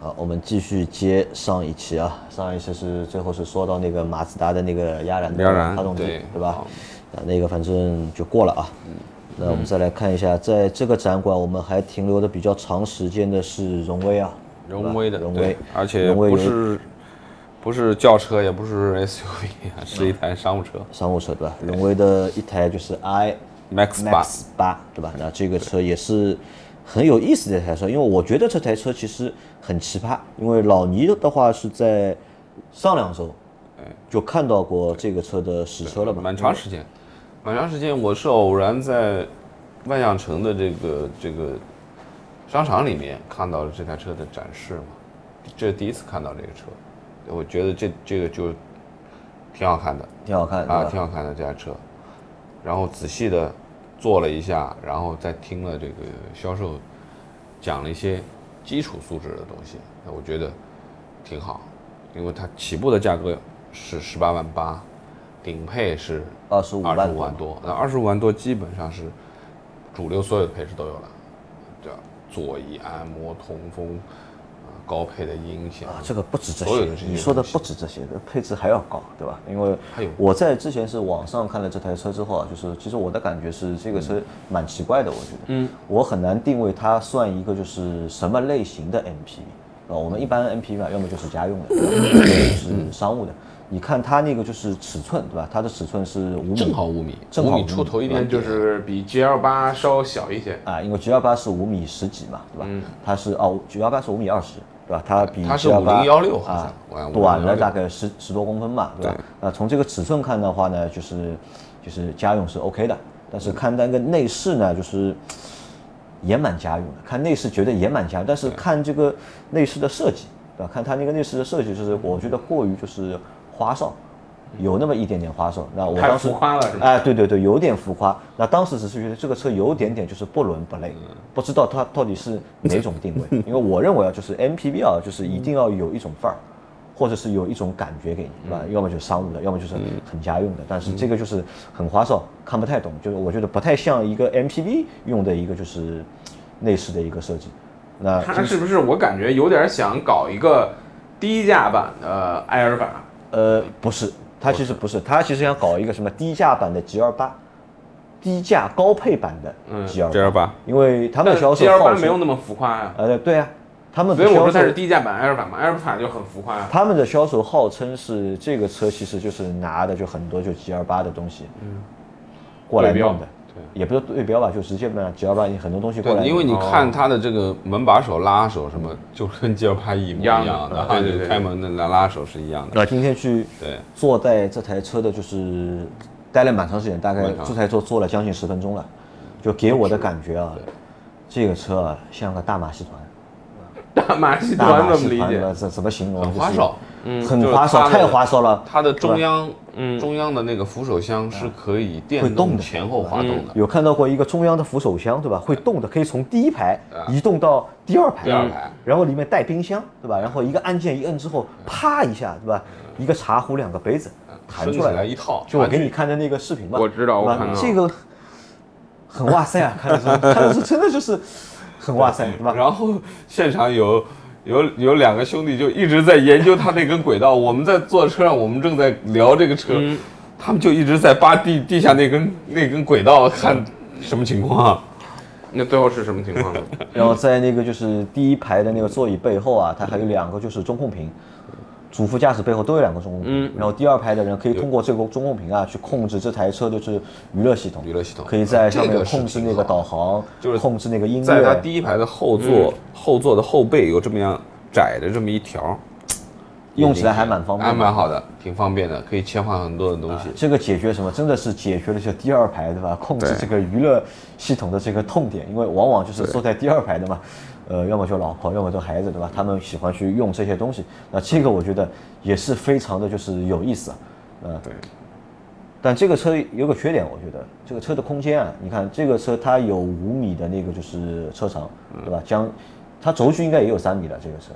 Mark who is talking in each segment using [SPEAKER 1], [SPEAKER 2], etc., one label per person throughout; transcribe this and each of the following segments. [SPEAKER 1] 好，呃我们继续接上一期啊，上一期是最后是说到那个马自达的那个压燃的
[SPEAKER 2] 压燃
[SPEAKER 1] 发动机，
[SPEAKER 3] 对
[SPEAKER 1] 对吧？啊，那个反正就过了啊。那我们再来看一下，在这个展馆我们还停留的比较长时间的是荣威啊，
[SPEAKER 3] 荣威的，
[SPEAKER 1] 荣
[SPEAKER 3] 对
[SPEAKER 1] 威
[SPEAKER 3] 而且
[SPEAKER 1] 荣威
[SPEAKER 3] 不
[SPEAKER 1] 有
[SPEAKER 3] 是不是轿车，也不是 SUV，啊是一台商务车
[SPEAKER 1] 商务车对吧？荣威的一台就是 i
[SPEAKER 3] ，Max 八
[SPEAKER 1] Max 八，对吧？那这个车也是很有意思的一台车，因为我觉得这台车其实很奇葩，因为老倪的话是在上两周，就看到过这个车的实车了嘛，
[SPEAKER 3] 哎蛮长时间，蛮长时间。我是偶然在万象城的这个这个商场里面看到了这台车的展示嘛，这是第一次看到这个车，我觉得这这个就挺好看的
[SPEAKER 1] 挺好看，
[SPEAKER 3] 啊，
[SPEAKER 1] 对
[SPEAKER 3] 挺
[SPEAKER 1] 吧？
[SPEAKER 3] 好看的这台车。然后仔细的坐了一下，然后再听了这个销售讲了一些基础素质的东西，那我觉得挺好，因为它起步的价格是十八万八，顶配是
[SPEAKER 1] 二十五
[SPEAKER 3] 二十
[SPEAKER 1] 万
[SPEAKER 3] 五万多，那二十五万多基本上是主流所有的配置都有了，对吧？座椅按摩、通风，啊高配的音响，
[SPEAKER 1] 啊，这个不止这
[SPEAKER 3] 所有
[SPEAKER 1] 些
[SPEAKER 3] 的这，些
[SPEAKER 1] 你说的
[SPEAKER 3] 东西
[SPEAKER 1] 不止这些，配置还要高，对吧？因为
[SPEAKER 3] 还有
[SPEAKER 1] 我在之前是网上看了这台车之后啊，就是其实我的感觉是这个车
[SPEAKER 3] 嗯
[SPEAKER 1] 蛮奇怪的，我觉得，嗯，我很难定位它算一个就是什么类型的 MPV 啊。我们一般 MPV 嘛，要么就是家用的，要么
[SPEAKER 3] 嗯
[SPEAKER 1] 就是商务的。你看它那个就是尺寸，对吧？它的尺寸是五米，
[SPEAKER 3] 正好五米，
[SPEAKER 1] 正
[SPEAKER 3] 五
[SPEAKER 1] 好
[SPEAKER 3] 米出头一
[SPEAKER 2] 那
[SPEAKER 3] 点
[SPEAKER 2] 就
[SPEAKER 3] 点，
[SPEAKER 2] 是比 GL 八稍小一些，
[SPEAKER 1] 啊，因为 G 幺八是五米十几嘛，对吧？它是哦，G 幺八是五米二十，对吧？它比
[SPEAKER 3] 嗯它是
[SPEAKER 1] G 幺八
[SPEAKER 3] 5016好像
[SPEAKER 1] 啊
[SPEAKER 3] 我看
[SPEAKER 1] 短了
[SPEAKER 3] 5016
[SPEAKER 1] 大概十十多公分吧，对吧？那从这个尺寸看的话呢，就是就是家用是 OK 的，但是看那个内饰呢，就是也蛮家用的。看内饰觉得也蛮家用，但是看这个内饰的设计，对吧？看它那个内饰的设计，就是我觉得过于就是花哨。有那么一点点花哨，那我
[SPEAKER 2] 太
[SPEAKER 1] 当时
[SPEAKER 2] 浮夸了是吧？
[SPEAKER 1] 哎，对对对，有点浮夸。那当时只是觉得这个车有点点就是不伦不类，不知道它到底是哪种定位。因为我认为啊，就是 MPV 啊，就是一定要有一种范儿，或者是有一种感觉给你，对吧？要么就是商务的，要么就是很家用的。但是这个就是很花哨，看不太懂，就是我觉得不太像一个 MPV 用的一个就是内饰的一个设计。那
[SPEAKER 2] 它是不是我感觉有点想搞一个低价版啊的埃尔法？
[SPEAKER 1] 呃，不是，它其实不是，它其实想搞一个什么低价版的 G 2 8低价高配版的嗯 G 2
[SPEAKER 3] 这
[SPEAKER 1] 8
[SPEAKER 3] 样吧，
[SPEAKER 1] 因为他们
[SPEAKER 2] 但
[SPEAKER 1] 的销售
[SPEAKER 2] GL
[SPEAKER 1] 号
[SPEAKER 2] 八
[SPEAKER 1] 称
[SPEAKER 2] 没有那么浮夸呀、
[SPEAKER 1] 呃，对啊，他们
[SPEAKER 2] 所以
[SPEAKER 1] 的
[SPEAKER 2] 我
[SPEAKER 1] 销
[SPEAKER 2] 说它
[SPEAKER 1] 售
[SPEAKER 2] 是低价版埃尔法嘛，埃尔法就很浮夸、呀。
[SPEAKER 1] 他们的销售号称是这个车其实就是拿的就很多就 G 2 8的东西，嗯，过来
[SPEAKER 2] 对标
[SPEAKER 1] 弄的，
[SPEAKER 3] 对
[SPEAKER 1] 也不是对标吧，就直接把 G 2 8很多东西过来弄，
[SPEAKER 3] 对，因为你
[SPEAKER 2] 哦
[SPEAKER 3] 看它的这个门把手、拉手什么，就跟 G L 八一模一
[SPEAKER 2] 一样
[SPEAKER 3] 样
[SPEAKER 2] 的
[SPEAKER 3] 的，然后
[SPEAKER 2] 对对
[SPEAKER 3] 你
[SPEAKER 2] 对
[SPEAKER 3] 开门的拉拉手是一样的，
[SPEAKER 1] 那今天去
[SPEAKER 3] 对，
[SPEAKER 1] 坐在这台车的就是待了蛮长时间，大概
[SPEAKER 3] 蛮长
[SPEAKER 1] 这台车坐了将近十分钟了，就给我的感觉啊，这个车啊像个大马戏团，
[SPEAKER 2] 大马戏
[SPEAKER 1] 大
[SPEAKER 2] 团
[SPEAKER 1] 马
[SPEAKER 2] 怎么
[SPEAKER 1] 戏
[SPEAKER 2] 理
[SPEAKER 1] 团
[SPEAKER 2] 解？
[SPEAKER 1] 怎怎么形容？
[SPEAKER 3] 很花哨，
[SPEAKER 1] 就是，
[SPEAKER 3] 就
[SPEAKER 1] 很
[SPEAKER 3] 是
[SPEAKER 1] 花哨，
[SPEAKER 3] 它的
[SPEAKER 1] 太花哨了。
[SPEAKER 3] 它的中央，嗯，中央的那个扶手箱是可以电
[SPEAKER 1] 会动
[SPEAKER 3] 动
[SPEAKER 1] 的嗯
[SPEAKER 3] 前后滑动的，
[SPEAKER 1] 有看到过一个中央的扶手箱，对吧？会动的，可以从第一排移动到第二排，嗯
[SPEAKER 3] 第二排
[SPEAKER 1] 然后里面带冰箱，对吧？然后一个按键一摁之后，啪一下，对吧？一个茶壶，两个杯子弹
[SPEAKER 3] 升起
[SPEAKER 1] 出来
[SPEAKER 3] 来
[SPEAKER 1] 了，
[SPEAKER 3] 一套，
[SPEAKER 1] 就我给你看的那个视频嘛，
[SPEAKER 2] 我知道
[SPEAKER 1] 对吧
[SPEAKER 2] 我看到了
[SPEAKER 1] 这个很哇塞啊，看的时候看的时候真的就是很哇塞，对吧？
[SPEAKER 3] 然后现场有有有两个兄弟就一直在研究他那根轨道，我们在坐车上，我们正在聊这个车，
[SPEAKER 1] 嗯
[SPEAKER 3] 他们就一直在扒地地下那根那根轨道看什么情
[SPEAKER 1] 嗯
[SPEAKER 3] 况啊。
[SPEAKER 2] 那最后是什么情况呢？
[SPEAKER 1] 然后在那个就是第一排的那个座椅背后啊，它还有两个就是中控屏，主副驾驶背后都有两个中控屏。
[SPEAKER 3] 嗯
[SPEAKER 1] 然后第二排的人可以通过这个中控屏啊，去控制这台车的就是娱乐系统。
[SPEAKER 3] 娱乐系统
[SPEAKER 1] 可以在上
[SPEAKER 3] 这
[SPEAKER 1] 面
[SPEAKER 3] 个是
[SPEAKER 1] 控制
[SPEAKER 3] 挺
[SPEAKER 1] 那个
[SPEAKER 3] 好
[SPEAKER 1] 导航，
[SPEAKER 3] 就是
[SPEAKER 1] 控制那个音乐。
[SPEAKER 3] 在它第一排的后座，后座的后背有这么样窄的这么一条，
[SPEAKER 1] 用起来还蛮方便
[SPEAKER 3] 还
[SPEAKER 1] 的
[SPEAKER 3] 蛮好的，挺方便的，可以切换很多的东西。
[SPEAKER 1] 这个解决什么？真的是解决了就第二排对吧？控制
[SPEAKER 3] 对
[SPEAKER 1] 这个娱乐系统的这个痛点，因为往往就是坐在第二排的嘛，呃，要么就老婆，要么就孩子对吧？他们喜欢去用这些东西，那这个我觉得也是非常的就是有意思啊，呃，
[SPEAKER 3] 对，
[SPEAKER 1] 但这个车有个缺点，我觉得这个车的空间啊，你看这个车它有五米的那个就是车长，
[SPEAKER 3] 嗯
[SPEAKER 1] 对吧？将它轴距应该也有三米了，这个车，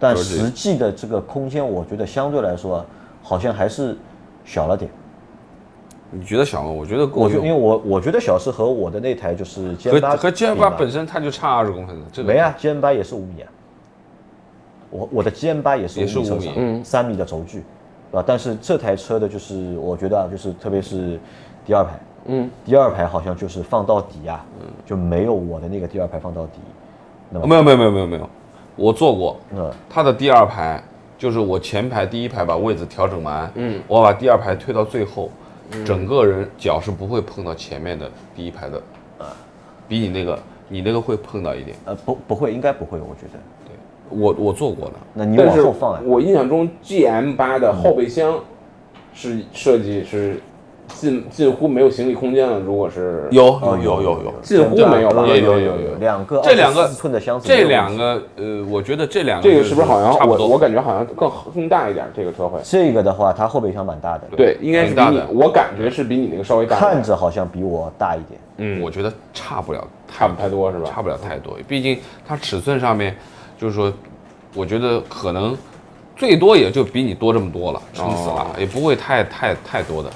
[SPEAKER 1] 但
[SPEAKER 3] 轴距
[SPEAKER 1] 实际的这个空间，我觉得相对来说啊好像还是小了点。
[SPEAKER 2] 嗯
[SPEAKER 3] 你觉得小吗？我觉得
[SPEAKER 1] 我
[SPEAKER 3] 够
[SPEAKER 1] 觉因为
[SPEAKER 3] 用。
[SPEAKER 1] 我我觉得小是和我的那台就是
[SPEAKER 3] 和
[SPEAKER 1] GM 八
[SPEAKER 3] 和 G L 八本身它就差二十公分的，这个
[SPEAKER 1] 没啊，，GM 八也是五米啊，我我的 GM 八也是
[SPEAKER 3] 也是
[SPEAKER 1] 五米车
[SPEAKER 3] 五米
[SPEAKER 1] 长，三米的轴距，对吧？但是这台车的就是我觉得啊，就是特别是第二排，嗯，第二排好像就是放到底啊，就没有我的那个第二排放到底，那么
[SPEAKER 3] 没有没有没有没有没有，我坐过，
[SPEAKER 1] 嗯，
[SPEAKER 3] 它的第二排就是我前排第一排把位子调整完，嗯，我把第二排推到最后，整个人脚是不会碰到前面的第一排的，比你那个你那个会碰到一点。
[SPEAKER 1] 呃，不不会，应该不会，我觉得。
[SPEAKER 3] 我我坐过的，
[SPEAKER 1] 那你
[SPEAKER 2] 但
[SPEAKER 1] 往
[SPEAKER 2] 是
[SPEAKER 1] 后放啊，嗯
[SPEAKER 2] 我印象中 GM 八的后备箱是设计是近近乎没有行李空间了，如果是
[SPEAKER 3] 有有有有有，
[SPEAKER 2] 近乎没有吧？
[SPEAKER 3] 有有有
[SPEAKER 1] 有两个
[SPEAKER 3] 这两个
[SPEAKER 1] 24寸的箱子，
[SPEAKER 3] 这两个呃，我觉得这两个
[SPEAKER 2] 这个是不是好
[SPEAKER 3] 差
[SPEAKER 2] 像
[SPEAKER 3] 不多
[SPEAKER 2] 我我感觉好像更更大一点？这个车会
[SPEAKER 1] 这个的话，它后备箱蛮大的，
[SPEAKER 2] 对，应该是比
[SPEAKER 3] 挺大
[SPEAKER 2] 你
[SPEAKER 3] 的
[SPEAKER 2] 我感觉是比你那个稍微大一点，
[SPEAKER 1] 看着好像比我大一点。
[SPEAKER 3] 嗯，我觉得差不了太
[SPEAKER 2] 差不太多是吧？
[SPEAKER 3] 差不了太多，毕竟它尺寸上面，就是说，我觉得可能最多也就比你多这么多了，撑死
[SPEAKER 2] 哦
[SPEAKER 3] 了，也不会太太太多的，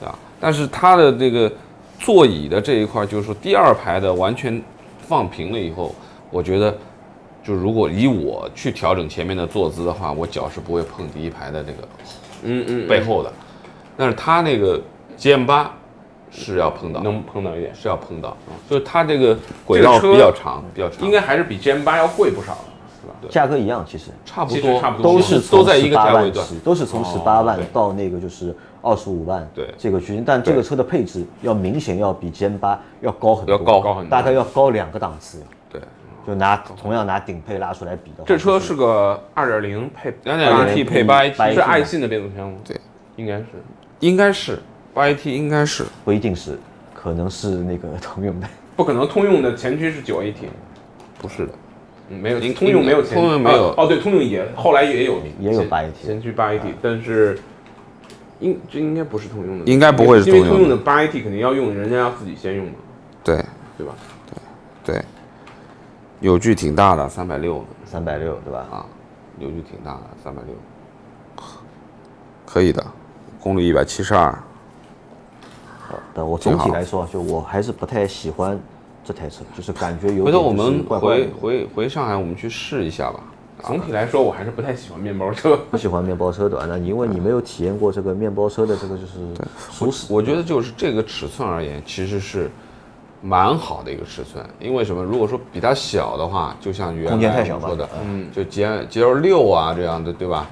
[SPEAKER 3] 对吧？但是它的这个座椅的这一块，就是说第二排的完全放平了以后，我觉得，就如果以我去调整前面的坐姿的话，我脚是不会碰第一排的这个
[SPEAKER 2] 嗯嗯，
[SPEAKER 3] 背后的，但是它那个 GM 八是要碰到，
[SPEAKER 2] 能碰到一点，
[SPEAKER 3] 是要碰到，就是它这个轨道比较长，比较长，
[SPEAKER 2] 应该还是比 GM 八要贵不少的，是吧？
[SPEAKER 1] 价格一样，其实
[SPEAKER 3] 差不
[SPEAKER 2] 其实
[SPEAKER 3] 多，
[SPEAKER 2] 差不多
[SPEAKER 1] 都
[SPEAKER 3] 是
[SPEAKER 1] 是
[SPEAKER 3] 都在一个价
[SPEAKER 1] 18
[SPEAKER 3] 位
[SPEAKER 1] 万
[SPEAKER 3] 段。哦
[SPEAKER 1] 起，都是从十八万
[SPEAKER 3] 对
[SPEAKER 1] 到那个就是二十五万
[SPEAKER 3] 对
[SPEAKER 1] 这个区间，但这个车的配置要明显要比 GM 八要高很多，
[SPEAKER 3] 要高
[SPEAKER 2] 高很多
[SPEAKER 1] 大概要高两个档次。
[SPEAKER 3] 对，
[SPEAKER 1] 就拿同样拿顶配拉出来比的话，
[SPEAKER 2] 这车是个二点零配
[SPEAKER 3] 2.0 T 配八 AT
[SPEAKER 1] 白
[SPEAKER 2] 是
[SPEAKER 1] 金
[SPEAKER 2] 爱信的变速箱吗？
[SPEAKER 3] 对，
[SPEAKER 2] 应该是。
[SPEAKER 3] 应该是八 AT，应该是
[SPEAKER 1] 不一定是，可能是那个 通用的。
[SPEAKER 2] 不可能，通用的前驱是九 AT，
[SPEAKER 3] 不是的？
[SPEAKER 2] 嗯没有
[SPEAKER 3] 您
[SPEAKER 2] 通用没有前驱，
[SPEAKER 3] 通用没有
[SPEAKER 2] 哦哦，对，通用也后来也有
[SPEAKER 1] 也有
[SPEAKER 2] 前
[SPEAKER 1] 8AT
[SPEAKER 2] 前驱八 AT，但是应这应该不是通用的，
[SPEAKER 3] 应该不会是
[SPEAKER 2] 因为
[SPEAKER 3] 通用的
[SPEAKER 2] 通用的八 AT 肯定要用人家要自己先用的，
[SPEAKER 3] 对
[SPEAKER 2] 对吧？
[SPEAKER 3] 对，扭矩挺大的，三百六的
[SPEAKER 1] 三百六对吧？
[SPEAKER 3] 啊，扭矩挺大的，三百六，可以的，公里一百七十二。
[SPEAKER 1] 但我总
[SPEAKER 3] 挺
[SPEAKER 1] 体
[SPEAKER 3] 好
[SPEAKER 1] 来说，就我还是不太喜欢这台车，就是感觉有
[SPEAKER 3] 回
[SPEAKER 1] 点
[SPEAKER 3] 头我
[SPEAKER 1] 就是
[SPEAKER 3] 们
[SPEAKER 1] 怪怪的
[SPEAKER 3] 回回回上海，我们去试一下吧。
[SPEAKER 2] 总体来说，我还是不太喜欢面包车。
[SPEAKER 1] 不喜欢面包车对吧？那因为你没有体验过这个面包车的这个就是舒适，
[SPEAKER 3] 我觉得就是这个尺寸而言，其实是蛮好的一个尺寸。因为什么？如果说比它小的话，就像原
[SPEAKER 1] 空间
[SPEAKER 3] 来
[SPEAKER 1] 太小
[SPEAKER 3] 我们说的
[SPEAKER 1] 吧，
[SPEAKER 3] 嗯，就 G G L 六啊这样的，对吧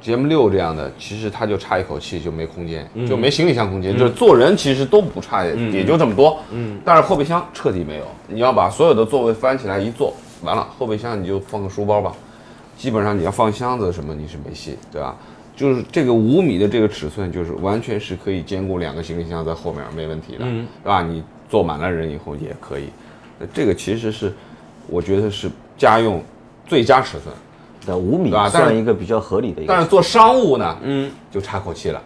[SPEAKER 3] ？G M 六这样的，其实它就差一口气就没空间，
[SPEAKER 1] 嗯
[SPEAKER 3] 就没行李箱空间，就是坐人其实都不差，也就这么多。嗯，但是后备箱彻底没有，你要把所有的座位翻起来一坐，完了后备箱你就放个书包吧。基本上你要放箱子什么你是没戏，对吧？就是这个五米的这个尺寸，就是完全是可以兼顾两个行李箱在后面没问题的，对吧？你坐满了人以后也可以，那这个其实是我觉得是家用最佳尺寸，
[SPEAKER 1] 但五米
[SPEAKER 3] 对吧但是
[SPEAKER 1] 算一个比较合理的一
[SPEAKER 3] 但
[SPEAKER 1] 个
[SPEAKER 3] 是。做商务呢，嗯，就差口气了，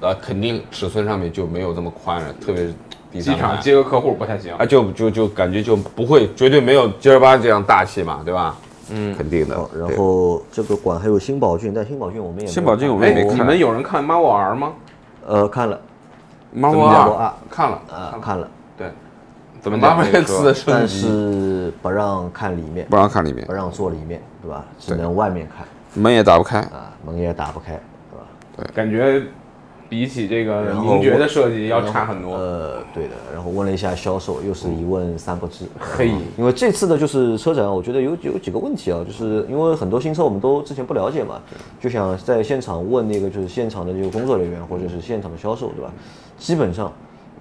[SPEAKER 3] 呃，肯定尺寸上面就没有这么宽了，特别是第
[SPEAKER 2] 机
[SPEAKER 3] 三排
[SPEAKER 2] 场接个客户不太行
[SPEAKER 3] 啊，，就就就感觉就不会，绝对没有 G 二八这样大气嘛，对吧？嗯，肯定的
[SPEAKER 1] 哦。然
[SPEAKER 3] 对
[SPEAKER 1] 后这个馆还有新宝骏，但新宝骏我们也没有
[SPEAKER 3] 新宝骏
[SPEAKER 1] 看
[SPEAKER 3] 我
[SPEAKER 2] 哎，
[SPEAKER 3] 没看
[SPEAKER 2] 你们有人看 Model R 吗？
[SPEAKER 1] 呃看了
[SPEAKER 3] Model
[SPEAKER 1] 怎么讲 Model
[SPEAKER 3] R
[SPEAKER 1] R
[SPEAKER 3] 看了，
[SPEAKER 1] 呃看了，
[SPEAKER 3] 对，
[SPEAKER 2] 怎么讲
[SPEAKER 3] m a
[SPEAKER 2] 这个
[SPEAKER 3] X 的
[SPEAKER 2] 车？
[SPEAKER 1] 但
[SPEAKER 3] 升级
[SPEAKER 1] 是不让看里面，
[SPEAKER 3] 不让看里面
[SPEAKER 1] 不，让坐里面对吧？只能外面看
[SPEAKER 3] 门也打不开。
[SPEAKER 1] 啊，门也打不开对吧？
[SPEAKER 2] 感觉比起这个
[SPEAKER 1] 然后
[SPEAKER 2] 名爵的设计要
[SPEAKER 1] 然后
[SPEAKER 2] 差很多。
[SPEAKER 1] 呃，对的。然后问了一下销售，又是一问三不知。
[SPEAKER 2] 嘿，
[SPEAKER 1] 因为这次的就是车展，我觉得有有几个问题啊，就是因为很多新车我们都之前不了解嘛，就想在现场问那个就是现场的这个工作人员或者是现场的销售，对吧？基本上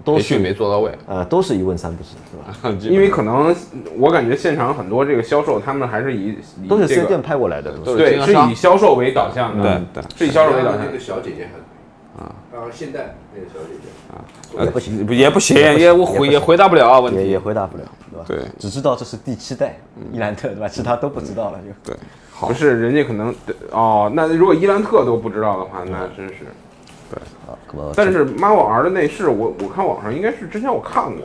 [SPEAKER 1] 都
[SPEAKER 3] 培训没
[SPEAKER 1] 是
[SPEAKER 3] 做到位，
[SPEAKER 1] 呃都是一问三不知，对吧？
[SPEAKER 2] 嗯因为可能我感觉现场很多这个销售，他们还是以以
[SPEAKER 1] 都是
[SPEAKER 2] 这
[SPEAKER 1] 四 S
[SPEAKER 2] 个
[SPEAKER 1] 店派过来的，都
[SPEAKER 3] 都
[SPEAKER 1] 是。
[SPEAKER 2] 对
[SPEAKER 3] 经销
[SPEAKER 2] 是
[SPEAKER 3] 商
[SPEAKER 2] 以销售为导向的，
[SPEAKER 3] 对
[SPEAKER 2] 是以销售为导
[SPEAKER 4] 的
[SPEAKER 2] 向
[SPEAKER 4] 那。个小姐姐还可以啊，现代
[SPEAKER 3] 呃
[SPEAKER 4] 那个小姐姐，
[SPEAKER 1] 也不行，
[SPEAKER 3] 也不行，也我回
[SPEAKER 1] 也不行
[SPEAKER 3] 也回答不了啊问
[SPEAKER 1] 也
[SPEAKER 3] 题
[SPEAKER 1] 也。回答不了，对吧？
[SPEAKER 3] 对
[SPEAKER 1] 只知道这是第七代伊兰特，对吧？其他都不知道了，就
[SPEAKER 3] 对，
[SPEAKER 2] 不是，人家可能对哦，那如果伊兰特都不知道的话，那真是。
[SPEAKER 1] 啊。那么
[SPEAKER 2] 但是 Model R 的内饰，我我看网上应该是之前我看过，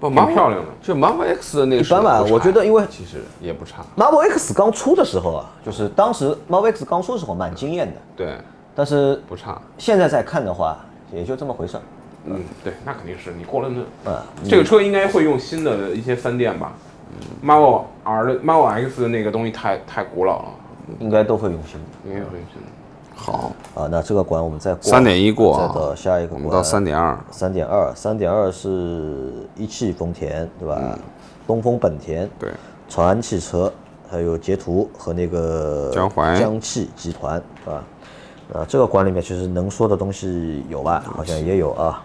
[SPEAKER 3] 不
[SPEAKER 2] 挺
[SPEAKER 3] Model-
[SPEAKER 2] 漂亮的
[SPEAKER 3] 就 m a X 的那个
[SPEAKER 1] 一般吧
[SPEAKER 3] 是不差
[SPEAKER 1] 我觉得因为
[SPEAKER 3] 其实也不差。
[SPEAKER 1] Model X 刚出的时候啊，就是当时 Model X 刚出的时候蛮惊艳的，
[SPEAKER 3] 对，
[SPEAKER 1] 但是
[SPEAKER 3] 不差。
[SPEAKER 1] 现在再看的话，也就这么回事儿。
[SPEAKER 2] 嗯，对，那肯定是你过了那
[SPEAKER 1] 嗯，
[SPEAKER 2] 这个车应该会用新的一些三电吧。Model R 的 Model X 的那个东西太太古老了，
[SPEAKER 1] 应该都会用新的
[SPEAKER 2] 应该会是
[SPEAKER 3] 好，
[SPEAKER 1] 啊。那这个馆我们再过
[SPEAKER 3] 三点一过
[SPEAKER 1] 再
[SPEAKER 3] 啊，
[SPEAKER 1] 到下一个馆，
[SPEAKER 3] 我们到三点二，
[SPEAKER 1] 三点二，三点二是一汽丰田对吧？东风本田、
[SPEAKER 3] 对，
[SPEAKER 1] 长安汽车，还有捷途和那个
[SPEAKER 3] 江淮
[SPEAKER 1] 江汽集团对吧？啊，这个馆里面其实能说的东西有吧？好像也有啊。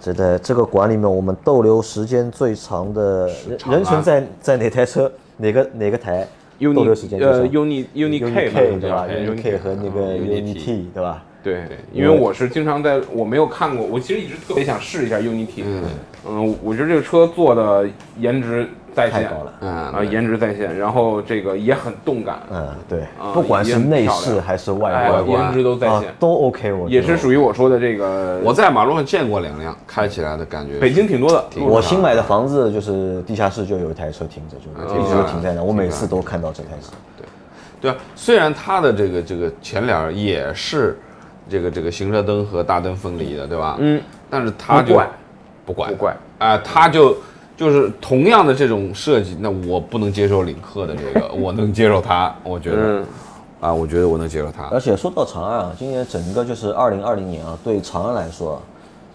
[SPEAKER 1] 这在这个馆里面，我们逗留时间最长的人
[SPEAKER 3] 长安
[SPEAKER 1] 人存在在哪台车哪个哪个台逗留时间
[SPEAKER 2] Uni
[SPEAKER 1] 最长
[SPEAKER 2] 呃 Uni Uni K 吧，
[SPEAKER 1] 对吧？Uni K 和那个
[SPEAKER 3] Unity
[SPEAKER 1] Unity 对吧？
[SPEAKER 2] 对，因为我是经常在，我没有看过，我其实一直特别想试一下 Unity。嗯，我觉得这个车做的颜值在线，
[SPEAKER 1] 太高了
[SPEAKER 3] 嗯
[SPEAKER 2] 啊，
[SPEAKER 3] 对
[SPEAKER 2] 颜值在线，然后这个也很动感，
[SPEAKER 1] 嗯，对
[SPEAKER 2] 啊，
[SPEAKER 1] 不管
[SPEAKER 2] 也
[SPEAKER 1] 是
[SPEAKER 2] 很
[SPEAKER 1] 内
[SPEAKER 2] 漂
[SPEAKER 1] 饰
[SPEAKER 2] 亮
[SPEAKER 1] 还是
[SPEAKER 2] 哎
[SPEAKER 1] 外
[SPEAKER 3] 外观
[SPEAKER 2] 颜值都在
[SPEAKER 1] 啊
[SPEAKER 2] 线，
[SPEAKER 1] 都 OK，我
[SPEAKER 2] 也是属
[SPEAKER 1] 于
[SPEAKER 2] 于我说的这个，
[SPEAKER 3] 我在马路上见过两辆开起来的感觉，
[SPEAKER 2] 北京挺多的，路
[SPEAKER 1] 我
[SPEAKER 2] 上
[SPEAKER 1] 新买的房子，就是地下室就有一台车停着，就一直就停在那，我每次都看到这台车。
[SPEAKER 3] 对啊，虽然它的这个这个前脸儿也是这个这个行车灯和大灯分离的，对吧？
[SPEAKER 2] 嗯，
[SPEAKER 3] 但是它
[SPEAKER 2] 不
[SPEAKER 3] 就
[SPEAKER 2] 怪
[SPEAKER 3] 不管
[SPEAKER 2] 不怪，
[SPEAKER 3] 啊、它就就是同样的这种设计，那我不能接受领克的 这个，我能接受它，我觉得啊、
[SPEAKER 2] 嗯，
[SPEAKER 3] 我觉得我能接受它。
[SPEAKER 1] 而且说到长安啊，今年整个就是二零二零年啊，对长安来说啊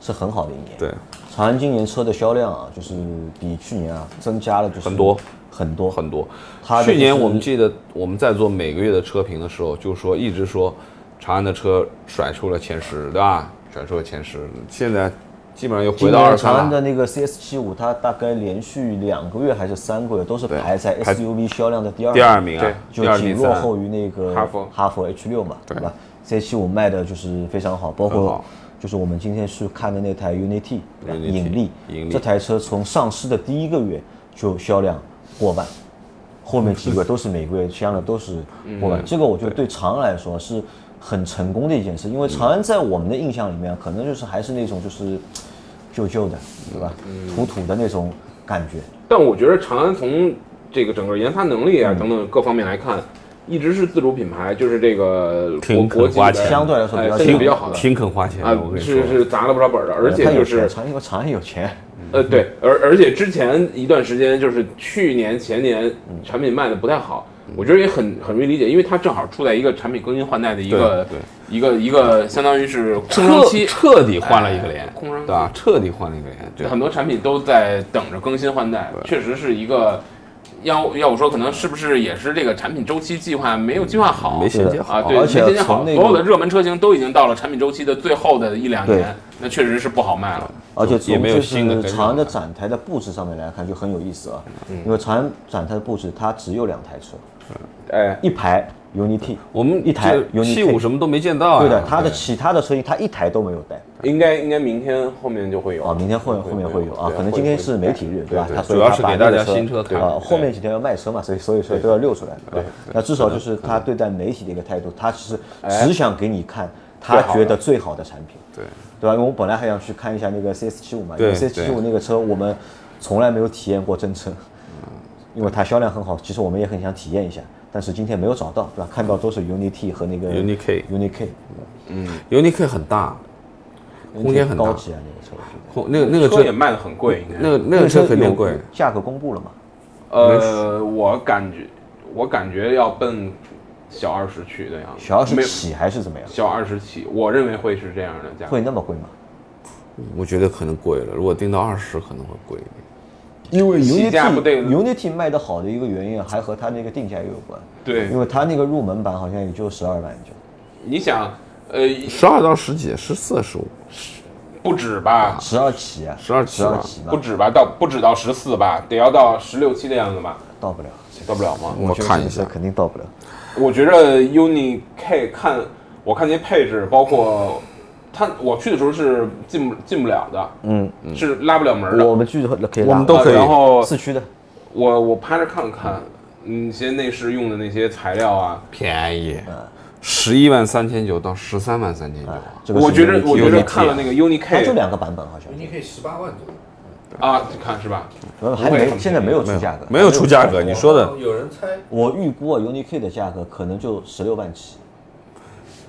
[SPEAKER 1] 是很好的一年。
[SPEAKER 3] 对，
[SPEAKER 1] 长安今年车的销量啊，就是比去年啊增加了就是
[SPEAKER 3] 很多
[SPEAKER 1] 很多
[SPEAKER 3] 很多
[SPEAKER 1] 它。的
[SPEAKER 3] 去年
[SPEAKER 1] 就是
[SPEAKER 3] 我们记得我们在做每个月的车评的时候，就说一直说长安的车甩出了前十，对吧？甩出了前十，现在基本上又
[SPEAKER 1] 今
[SPEAKER 3] 回到
[SPEAKER 1] 年
[SPEAKER 3] 二三
[SPEAKER 1] 长
[SPEAKER 3] 了。
[SPEAKER 1] 安的那个 CS 7 5它大概连续两个月还是三个月都是
[SPEAKER 3] 对
[SPEAKER 1] 排在
[SPEAKER 3] 排
[SPEAKER 1] SUV 销量的第二
[SPEAKER 3] 第二名啊，
[SPEAKER 1] 就
[SPEAKER 3] 第二第
[SPEAKER 1] 仅落
[SPEAKER 3] 三，
[SPEAKER 1] 后于那个
[SPEAKER 2] 哈弗
[SPEAKER 1] 哈弗 H 6嘛，
[SPEAKER 3] 对
[SPEAKER 1] 对吧？C 7 5卖的就是非常好，包
[SPEAKER 3] 很
[SPEAKER 1] 括
[SPEAKER 3] 好
[SPEAKER 1] 就是我们今天去看的那台 Unity，对吧
[SPEAKER 3] Unity，
[SPEAKER 1] 引力，
[SPEAKER 3] 引力
[SPEAKER 1] 这台车从上市的第一个月就销量过万，后面几个都是每个月销量都是
[SPEAKER 3] 嗯
[SPEAKER 1] 过万，这个我觉得对长安来说是很成功的一件事，因为长
[SPEAKER 3] 嗯
[SPEAKER 1] 安在我们的印象里面，可能就是还是那种就是旧旧的，对吧？
[SPEAKER 3] 嗯
[SPEAKER 1] 土土的那种感觉，
[SPEAKER 3] 哎
[SPEAKER 2] 但我觉得长安从这个整个研发能力啊
[SPEAKER 1] 嗯
[SPEAKER 2] 等等各方面来看，一直是自主品牌，就是这个国
[SPEAKER 3] 挺肯
[SPEAKER 2] 国际
[SPEAKER 3] 花
[SPEAKER 2] 的，
[SPEAKER 3] 钱
[SPEAKER 1] 相对来说比较
[SPEAKER 2] 哎设计比较好的
[SPEAKER 3] 挺肯花钱的，
[SPEAKER 2] 啊
[SPEAKER 3] 我，跟你说
[SPEAKER 2] 是，是砸了不少本儿的，而
[SPEAKER 1] 它
[SPEAKER 2] 且
[SPEAKER 1] 有
[SPEAKER 2] 就是
[SPEAKER 1] 钱长安，因为长安有钱。
[SPEAKER 2] 呃，对，而而且之前一段时间，就是去年前年
[SPEAKER 1] 嗯
[SPEAKER 2] 产品卖的不太好，我觉得也很很容易理解，因为它正好处在一个产品更新换代的一个
[SPEAKER 3] 对
[SPEAKER 2] 一个一个相当于是空窗
[SPEAKER 3] 彻
[SPEAKER 2] 期，
[SPEAKER 3] 彻底换了一个脸
[SPEAKER 2] 哎，空窗期
[SPEAKER 3] 对吧？彻底换了一个脸，对
[SPEAKER 2] 很多产品都在等着更新换代，确实是一个。要要我说，可能是不是也是这个产品周期计划没有计划好，
[SPEAKER 3] 没衔接
[SPEAKER 2] 啊，
[SPEAKER 3] 好，
[SPEAKER 2] 对，
[SPEAKER 1] 而且
[SPEAKER 2] 没衔接好，
[SPEAKER 1] 从那个
[SPEAKER 2] 所有的热门车型都已经到了产品周期的最后的一两
[SPEAKER 1] 对
[SPEAKER 2] 年，那确实是不好卖了。
[SPEAKER 1] 而且
[SPEAKER 3] 也
[SPEAKER 1] 从
[SPEAKER 3] 没有
[SPEAKER 1] 啊就
[SPEAKER 3] 新的嗯
[SPEAKER 1] 是
[SPEAKER 3] 跟上
[SPEAKER 1] 长安的
[SPEAKER 3] 来
[SPEAKER 1] 展台的布置上面来看就很有意思啊，因为长安展台的布置它只有两台车，
[SPEAKER 3] 嗯
[SPEAKER 2] 哎，
[SPEAKER 1] 一排 Unity，
[SPEAKER 3] 我们
[SPEAKER 1] 一台
[SPEAKER 3] 这
[SPEAKER 1] Unity
[SPEAKER 3] 七五什么都没见到啊，
[SPEAKER 1] 对的，它的其他的车型它一台都没有带
[SPEAKER 2] 应该应该明天后面就会有
[SPEAKER 1] 啊，
[SPEAKER 3] 哦
[SPEAKER 1] 明天后面
[SPEAKER 2] 会
[SPEAKER 1] 后面
[SPEAKER 2] 会
[SPEAKER 1] 会有啊，
[SPEAKER 2] 对
[SPEAKER 1] 可能今天是媒体日对吧？
[SPEAKER 3] 对
[SPEAKER 1] 它所以
[SPEAKER 3] 主要是
[SPEAKER 1] 它把
[SPEAKER 3] 给大家
[SPEAKER 1] 那个
[SPEAKER 3] 新车看
[SPEAKER 1] 啊
[SPEAKER 3] 对，
[SPEAKER 1] 后面几天要卖车嘛，所以所有车都要溜出来，对吧？那至少就是它对待媒体的一个态度，它其实
[SPEAKER 3] 哎
[SPEAKER 1] 只想给你看它觉得最好的产品，
[SPEAKER 3] 对
[SPEAKER 1] 对吧？因为我本来还想去看一下那个 CS 7 5嘛，因为
[SPEAKER 3] 对嗯
[SPEAKER 1] CS 7 5那个车我们从来没有体验过真车，因为它销量很好，其实我们也很想体验一下，但是今天没有找到，对吧？看到都是 Unity 和那个
[SPEAKER 3] Uni-K
[SPEAKER 1] Unity，
[SPEAKER 3] ，UNI-K 很大，空间很大
[SPEAKER 1] 高级啊，那个车我觉得。
[SPEAKER 3] 空那个那个
[SPEAKER 2] 嗯车也
[SPEAKER 3] 车，
[SPEAKER 2] 卖的很贵，应该
[SPEAKER 3] 那个那个车肯定
[SPEAKER 1] 有
[SPEAKER 3] 贵，
[SPEAKER 1] 价格公布了嘛？
[SPEAKER 2] 呃，我感觉我感觉要奔小二十去的样子，
[SPEAKER 1] 小二十
[SPEAKER 2] 没
[SPEAKER 1] 起还是怎么样？
[SPEAKER 2] 小二十起，我认为会是这样的价格
[SPEAKER 1] 会。那么贵吗？
[SPEAKER 3] 我觉得可能贵了，如果定到二十可能会贵一点。
[SPEAKER 1] 因为
[SPEAKER 2] 起价不对
[SPEAKER 1] Unity Unity 卖的好的一个原因啊，还和它那个定价也有关，
[SPEAKER 2] 对
[SPEAKER 1] 因，为它那个入门版好像也就十二万就，
[SPEAKER 2] 你想，呃，
[SPEAKER 3] 十二到十几，十四十五，
[SPEAKER 2] 不止吧，
[SPEAKER 1] 十二起啊，
[SPEAKER 3] 12起
[SPEAKER 1] 十
[SPEAKER 3] 吧
[SPEAKER 1] 二起吧
[SPEAKER 2] 不，止吧，到不止到十四吧，得要到十六七的样子吧，
[SPEAKER 1] 到不了。
[SPEAKER 2] 到不了吗？
[SPEAKER 3] 我
[SPEAKER 1] 觉得
[SPEAKER 3] 看
[SPEAKER 1] 这
[SPEAKER 3] 一
[SPEAKER 1] 个车
[SPEAKER 3] 下，
[SPEAKER 1] 肯定到不了。
[SPEAKER 2] 我觉着 Uni K 看，我看那配置，包括它，我去的时候是进不进不了的，嗯，是拉不了门的。啊
[SPEAKER 1] 我们去可以拉，
[SPEAKER 3] 我们都可以
[SPEAKER 2] 然后
[SPEAKER 1] 四驱的，
[SPEAKER 2] 我我趴着看了看，嗯，一些内饰用的那些材料啊，
[SPEAKER 3] 便宜，十一万三千九到十三万三千九啊，
[SPEAKER 1] 这个是
[SPEAKER 2] 我觉着
[SPEAKER 1] Unity
[SPEAKER 2] 我觉
[SPEAKER 3] 有
[SPEAKER 2] 着
[SPEAKER 3] 点
[SPEAKER 2] 看了那个 Uni
[SPEAKER 1] 它
[SPEAKER 2] K，
[SPEAKER 1] 就两个版本好像，
[SPEAKER 4] 你可以十八万左右。
[SPEAKER 2] 啊，你看是吧？
[SPEAKER 1] 主要还
[SPEAKER 2] 不会
[SPEAKER 1] 没
[SPEAKER 2] 很
[SPEAKER 1] 现在没有出价格，
[SPEAKER 3] 没有出价格，你说的
[SPEAKER 4] 有人猜
[SPEAKER 1] 我预估啊，UNI-K 的价格可能就十六万起，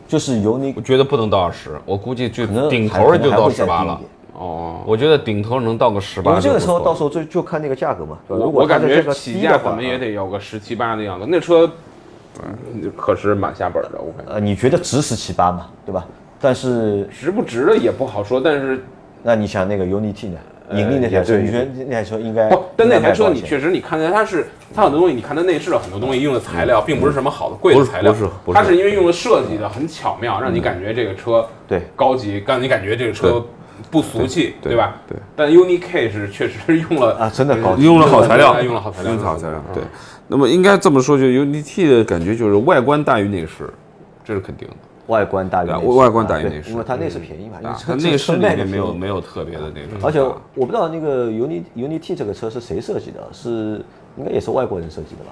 [SPEAKER 1] 就是
[SPEAKER 3] 我
[SPEAKER 1] UNI
[SPEAKER 3] 觉得不能到二十，我估计就
[SPEAKER 1] 可能
[SPEAKER 3] 顶
[SPEAKER 1] 还
[SPEAKER 3] 头儿
[SPEAKER 1] 可能
[SPEAKER 3] 就
[SPEAKER 1] 还
[SPEAKER 3] 到
[SPEAKER 1] 会
[SPEAKER 3] 十
[SPEAKER 1] 再
[SPEAKER 3] 八
[SPEAKER 1] 低一
[SPEAKER 3] 了
[SPEAKER 1] 点。
[SPEAKER 2] 哦，
[SPEAKER 3] 我觉得顶头能到个十
[SPEAKER 1] 我
[SPEAKER 3] 八。
[SPEAKER 1] 们这个车到时候就就看那个价格嘛，对吧？
[SPEAKER 2] 我
[SPEAKER 1] 如果
[SPEAKER 2] 我
[SPEAKER 1] 它
[SPEAKER 2] 感
[SPEAKER 1] 的这
[SPEAKER 2] 觉
[SPEAKER 1] 个
[SPEAKER 2] 起
[SPEAKER 1] 低
[SPEAKER 2] 价
[SPEAKER 1] 的
[SPEAKER 2] 可
[SPEAKER 1] 话啊
[SPEAKER 2] 能，也得有个十七八的样子。那车
[SPEAKER 1] 嗯
[SPEAKER 2] 就可是蛮下本的，我感觉
[SPEAKER 1] 呃，你觉得值十七八嘛，对吧？但是
[SPEAKER 2] 值不值的也不好说，但是
[SPEAKER 1] 那你想那个 Unity 呢，引力那台车，
[SPEAKER 2] 呃也对
[SPEAKER 1] 你觉得那台车应该
[SPEAKER 3] 哎
[SPEAKER 2] 不，但那台
[SPEAKER 1] 应该卖
[SPEAKER 2] 车你
[SPEAKER 1] 多少钱
[SPEAKER 2] 确实你看见它是它很多东西，你看它内饰的很多东西用的材料并不是什么好的贵的材料，
[SPEAKER 3] 嗯不是不是不是嗯
[SPEAKER 2] 它是因为用了设计的很巧妙，让你感觉这个车
[SPEAKER 1] 对
[SPEAKER 2] 高级，让你感觉这个车
[SPEAKER 3] 对
[SPEAKER 2] 不俗气，
[SPEAKER 3] 对
[SPEAKER 2] 对吧？
[SPEAKER 3] 对。
[SPEAKER 2] 但 Uni K 是确实是用了
[SPEAKER 1] 啊，真的高级，
[SPEAKER 3] 用了好材料，
[SPEAKER 2] 用了好材料嗯
[SPEAKER 3] 用了好材料。对，那么应该这么说，就 Unity 的感觉就是外观大于内饰，这是肯定的。
[SPEAKER 1] 外观大于
[SPEAKER 3] 对啊
[SPEAKER 1] 内饰
[SPEAKER 3] 外观大于
[SPEAKER 1] 对
[SPEAKER 3] 内饰
[SPEAKER 1] 因为它内
[SPEAKER 2] 嗯
[SPEAKER 1] 饰便宜嘛，因为
[SPEAKER 3] 啊，
[SPEAKER 1] 车
[SPEAKER 3] 它内饰里面
[SPEAKER 1] 车卖得
[SPEAKER 3] 没。有
[SPEAKER 1] 便宜
[SPEAKER 3] 没有特别的那种。啊
[SPEAKER 1] 而且
[SPEAKER 2] 啊
[SPEAKER 1] 我不知道那个 Unity Unity 这个车是谁设计的，是应该也是外国人设计的吧？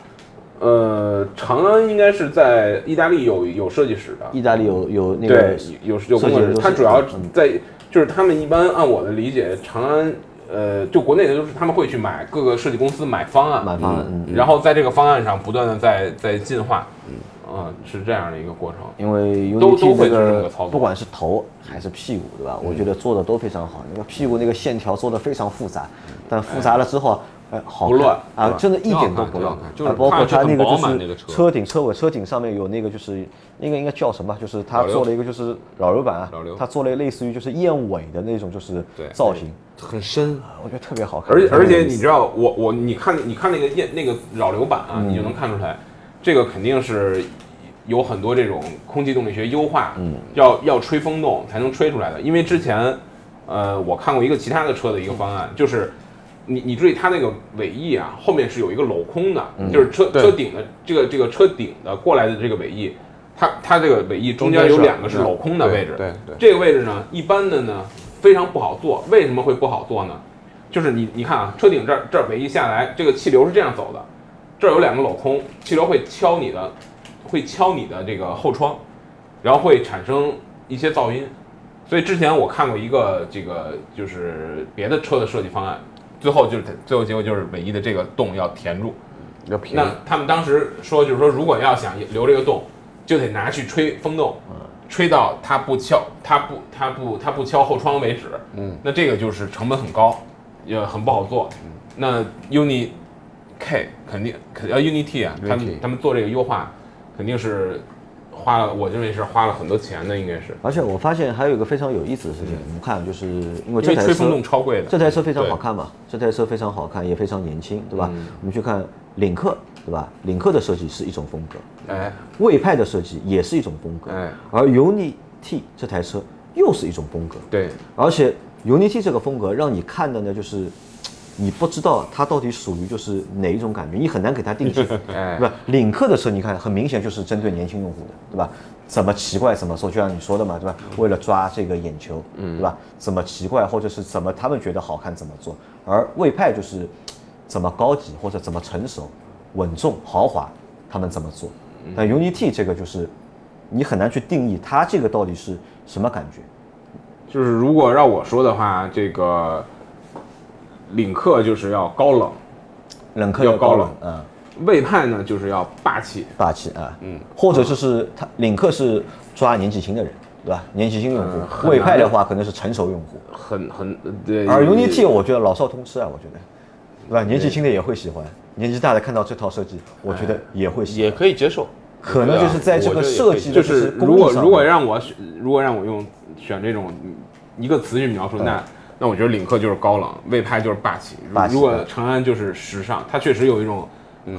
[SPEAKER 2] 呃，长安应该是在意大利有有设计师的，
[SPEAKER 1] 意大利有有那
[SPEAKER 2] 啊对
[SPEAKER 1] 个，
[SPEAKER 2] 有有工作
[SPEAKER 1] 设计人
[SPEAKER 2] 人员，
[SPEAKER 1] 都是
[SPEAKER 2] 他主要
[SPEAKER 1] 嗯
[SPEAKER 2] 在就是他们一般按我的理解，长安呃，就国内的就是他们会去买各个设计公司买方案，
[SPEAKER 1] 买方案嗯
[SPEAKER 2] 然后在这个方案上不断的在在进化，嗯，是这样的一个过程。
[SPEAKER 1] 因为
[SPEAKER 2] 都都
[SPEAKER 1] Unity 这
[SPEAKER 2] 会做这个
[SPEAKER 1] 个
[SPEAKER 2] 操作
[SPEAKER 1] 不管是头还是屁股，对吧？我觉得做的都非常好。那个屁股那个线条做的非常复杂，但复杂了之后，哎，好
[SPEAKER 2] 不
[SPEAKER 1] 看
[SPEAKER 2] 乱
[SPEAKER 1] 啊，
[SPEAKER 3] 吧
[SPEAKER 1] 真的一点都不
[SPEAKER 3] 挺好
[SPEAKER 1] 乱
[SPEAKER 3] 看。挺好看
[SPEAKER 1] 啊包括
[SPEAKER 3] 就是看着
[SPEAKER 1] 那
[SPEAKER 3] 很饱满那
[SPEAKER 1] 个
[SPEAKER 3] 个
[SPEAKER 1] 就是
[SPEAKER 3] 车
[SPEAKER 1] 车顶、车尾、车顶上面有那个就是那个应该叫什么？就是他
[SPEAKER 3] 扰流
[SPEAKER 1] 做了一个就是扰流板啊
[SPEAKER 3] 扰流，
[SPEAKER 1] 他做了类似于就是燕尾的那种就是
[SPEAKER 3] 对
[SPEAKER 1] 造型，
[SPEAKER 3] 很深，
[SPEAKER 1] 啊我觉得特别好看。
[SPEAKER 2] 而且
[SPEAKER 1] 特别
[SPEAKER 2] 而且
[SPEAKER 1] 有意
[SPEAKER 2] 你
[SPEAKER 1] 思
[SPEAKER 2] 知道，我我你看你看那个验那个扰流板啊，你就能看出来，这个肯定是有很多这种空气动力学优化，嗯，要要吹风洞才能吹出来的。因为之前，呃，我看过一个其他的车的一个方案，就是你你注意它那个尾翼啊，后面是有一个镂空的，就是车
[SPEAKER 3] 对
[SPEAKER 2] 车顶的这个这个车顶的过来的这个尾翼，它它这个尾翼中间有两个是嗯镂空的位置，
[SPEAKER 3] 对对
[SPEAKER 2] 这个位置呢，一般的呢非常不好做。为什么会不好做呢？就是你你看啊，车顶这儿这儿尾翼下来，这个气流是这样走的，这儿有两个镂空，气流会敲你的，会敲你的这个后窗，然后会产生一些噪音。所以之前我看过一个这个就是别的车的设计方案，最后就是最后结果就是尾翼的这个洞要填住。
[SPEAKER 3] 要平
[SPEAKER 2] 那他们当时说，就是说，如果要想留这个洞，就得拿去吹风洞，吹到它不敲，它不，它不，它不敲后窗为止。嗯，那这个就是成本很高，也很不好做。那 Uni K 肯定肯呃 Unity 啊，他们
[SPEAKER 3] Unity
[SPEAKER 2] 他们做这个优化，肯定是花了，我认为是花了很多钱的，应该是
[SPEAKER 1] 而且我发现还有一个非常有意思的事情，我们看就是因为
[SPEAKER 2] 因为
[SPEAKER 1] 这台
[SPEAKER 2] 吹风
[SPEAKER 1] 车
[SPEAKER 2] 洞超贵的。
[SPEAKER 1] 这台车非常
[SPEAKER 2] 对嗯
[SPEAKER 1] 好看嘛，这台车非常好看，也非常年轻，对吧？我们去看领克，对吧？领克的设计是一种风格，
[SPEAKER 2] 哎，
[SPEAKER 1] 魏派的设计也是一种风格，
[SPEAKER 2] 哎
[SPEAKER 1] 而 Unity 这台车又是一种风格，
[SPEAKER 2] 对，
[SPEAKER 1] 而且 Unity 这个风格让你看的呢，就是你不知道它到底属于就是哪一种感觉，你很难给它定性，
[SPEAKER 2] 哎
[SPEAKER 1] 对吧？领克的车你看很明显就是针对年轻用户的，对吧？怎么奇怪怎么说，就像你说的嘛，对吧？为了抓这个眼球，对吧？怎么奇怪或者是怎么他们觉得好看怎么做，而魏派就是怎么高级或者怎么成熟、稳重、豪华，他们怎么做？但 Unity 这个就是你很难去定义它这个到底是什么感觉。
[SPEAKER 2] 就是如果让我说的话，这个领克就是要高冷，
[SPEAKER 1] 冷克
[SPEAKER 2] 要
[SPEAKER 1] 要
[SPEAKER 2] 高
[SPEAKER 1] 高
[SPEAKER 2] 冷
[SPEAKER 1] 冷，嗯。
[SPEAKER 2] 魏派呢就是要霸气，
[SPEAKER 1] 霸气啊，嗯，或者就是他领克是抓年纪轻的人，对吧？年纪轻用户，
[SPEAKER 2] 嗯很
[SPEAKER 1] 魏
[SPEAKER 2] 难
[SPEAKER 1] 派的话可能是成熟用户，
[SPEAKER 2] 很很
[SPEAKER 3] 呃
[SPEAKER 2] 对。
[SPEAKER 1] 而 Unity 我觉得老少通吃啊，我觉得，对吧？年纪轻的也会喜欢，年纪大的看到这套设
[SPEAKER 2] 嗯
[SPEAKER 1] 计，我觉得也会喜
[SPEAKER 3] 也
[SPEAKER 1] 欢。
[SPEAKER 3] 可以接受，
[SPEAKER 1] 可能就是在这个设计的
[SPEAKER 2] 就是
[SPEAKER 1] 功
[SPEAKER 2] 如果
[SPEAKER 1] 力上
[SPEAKER 2] 如果让我选，如果让我用选这种一个词去描述，那那我觉得领克就是高冷，魏派就是霸气。如
[SPEAKER 1] 霸气
[SPEAKER 2] 如果长安就是时尚，它确实有一种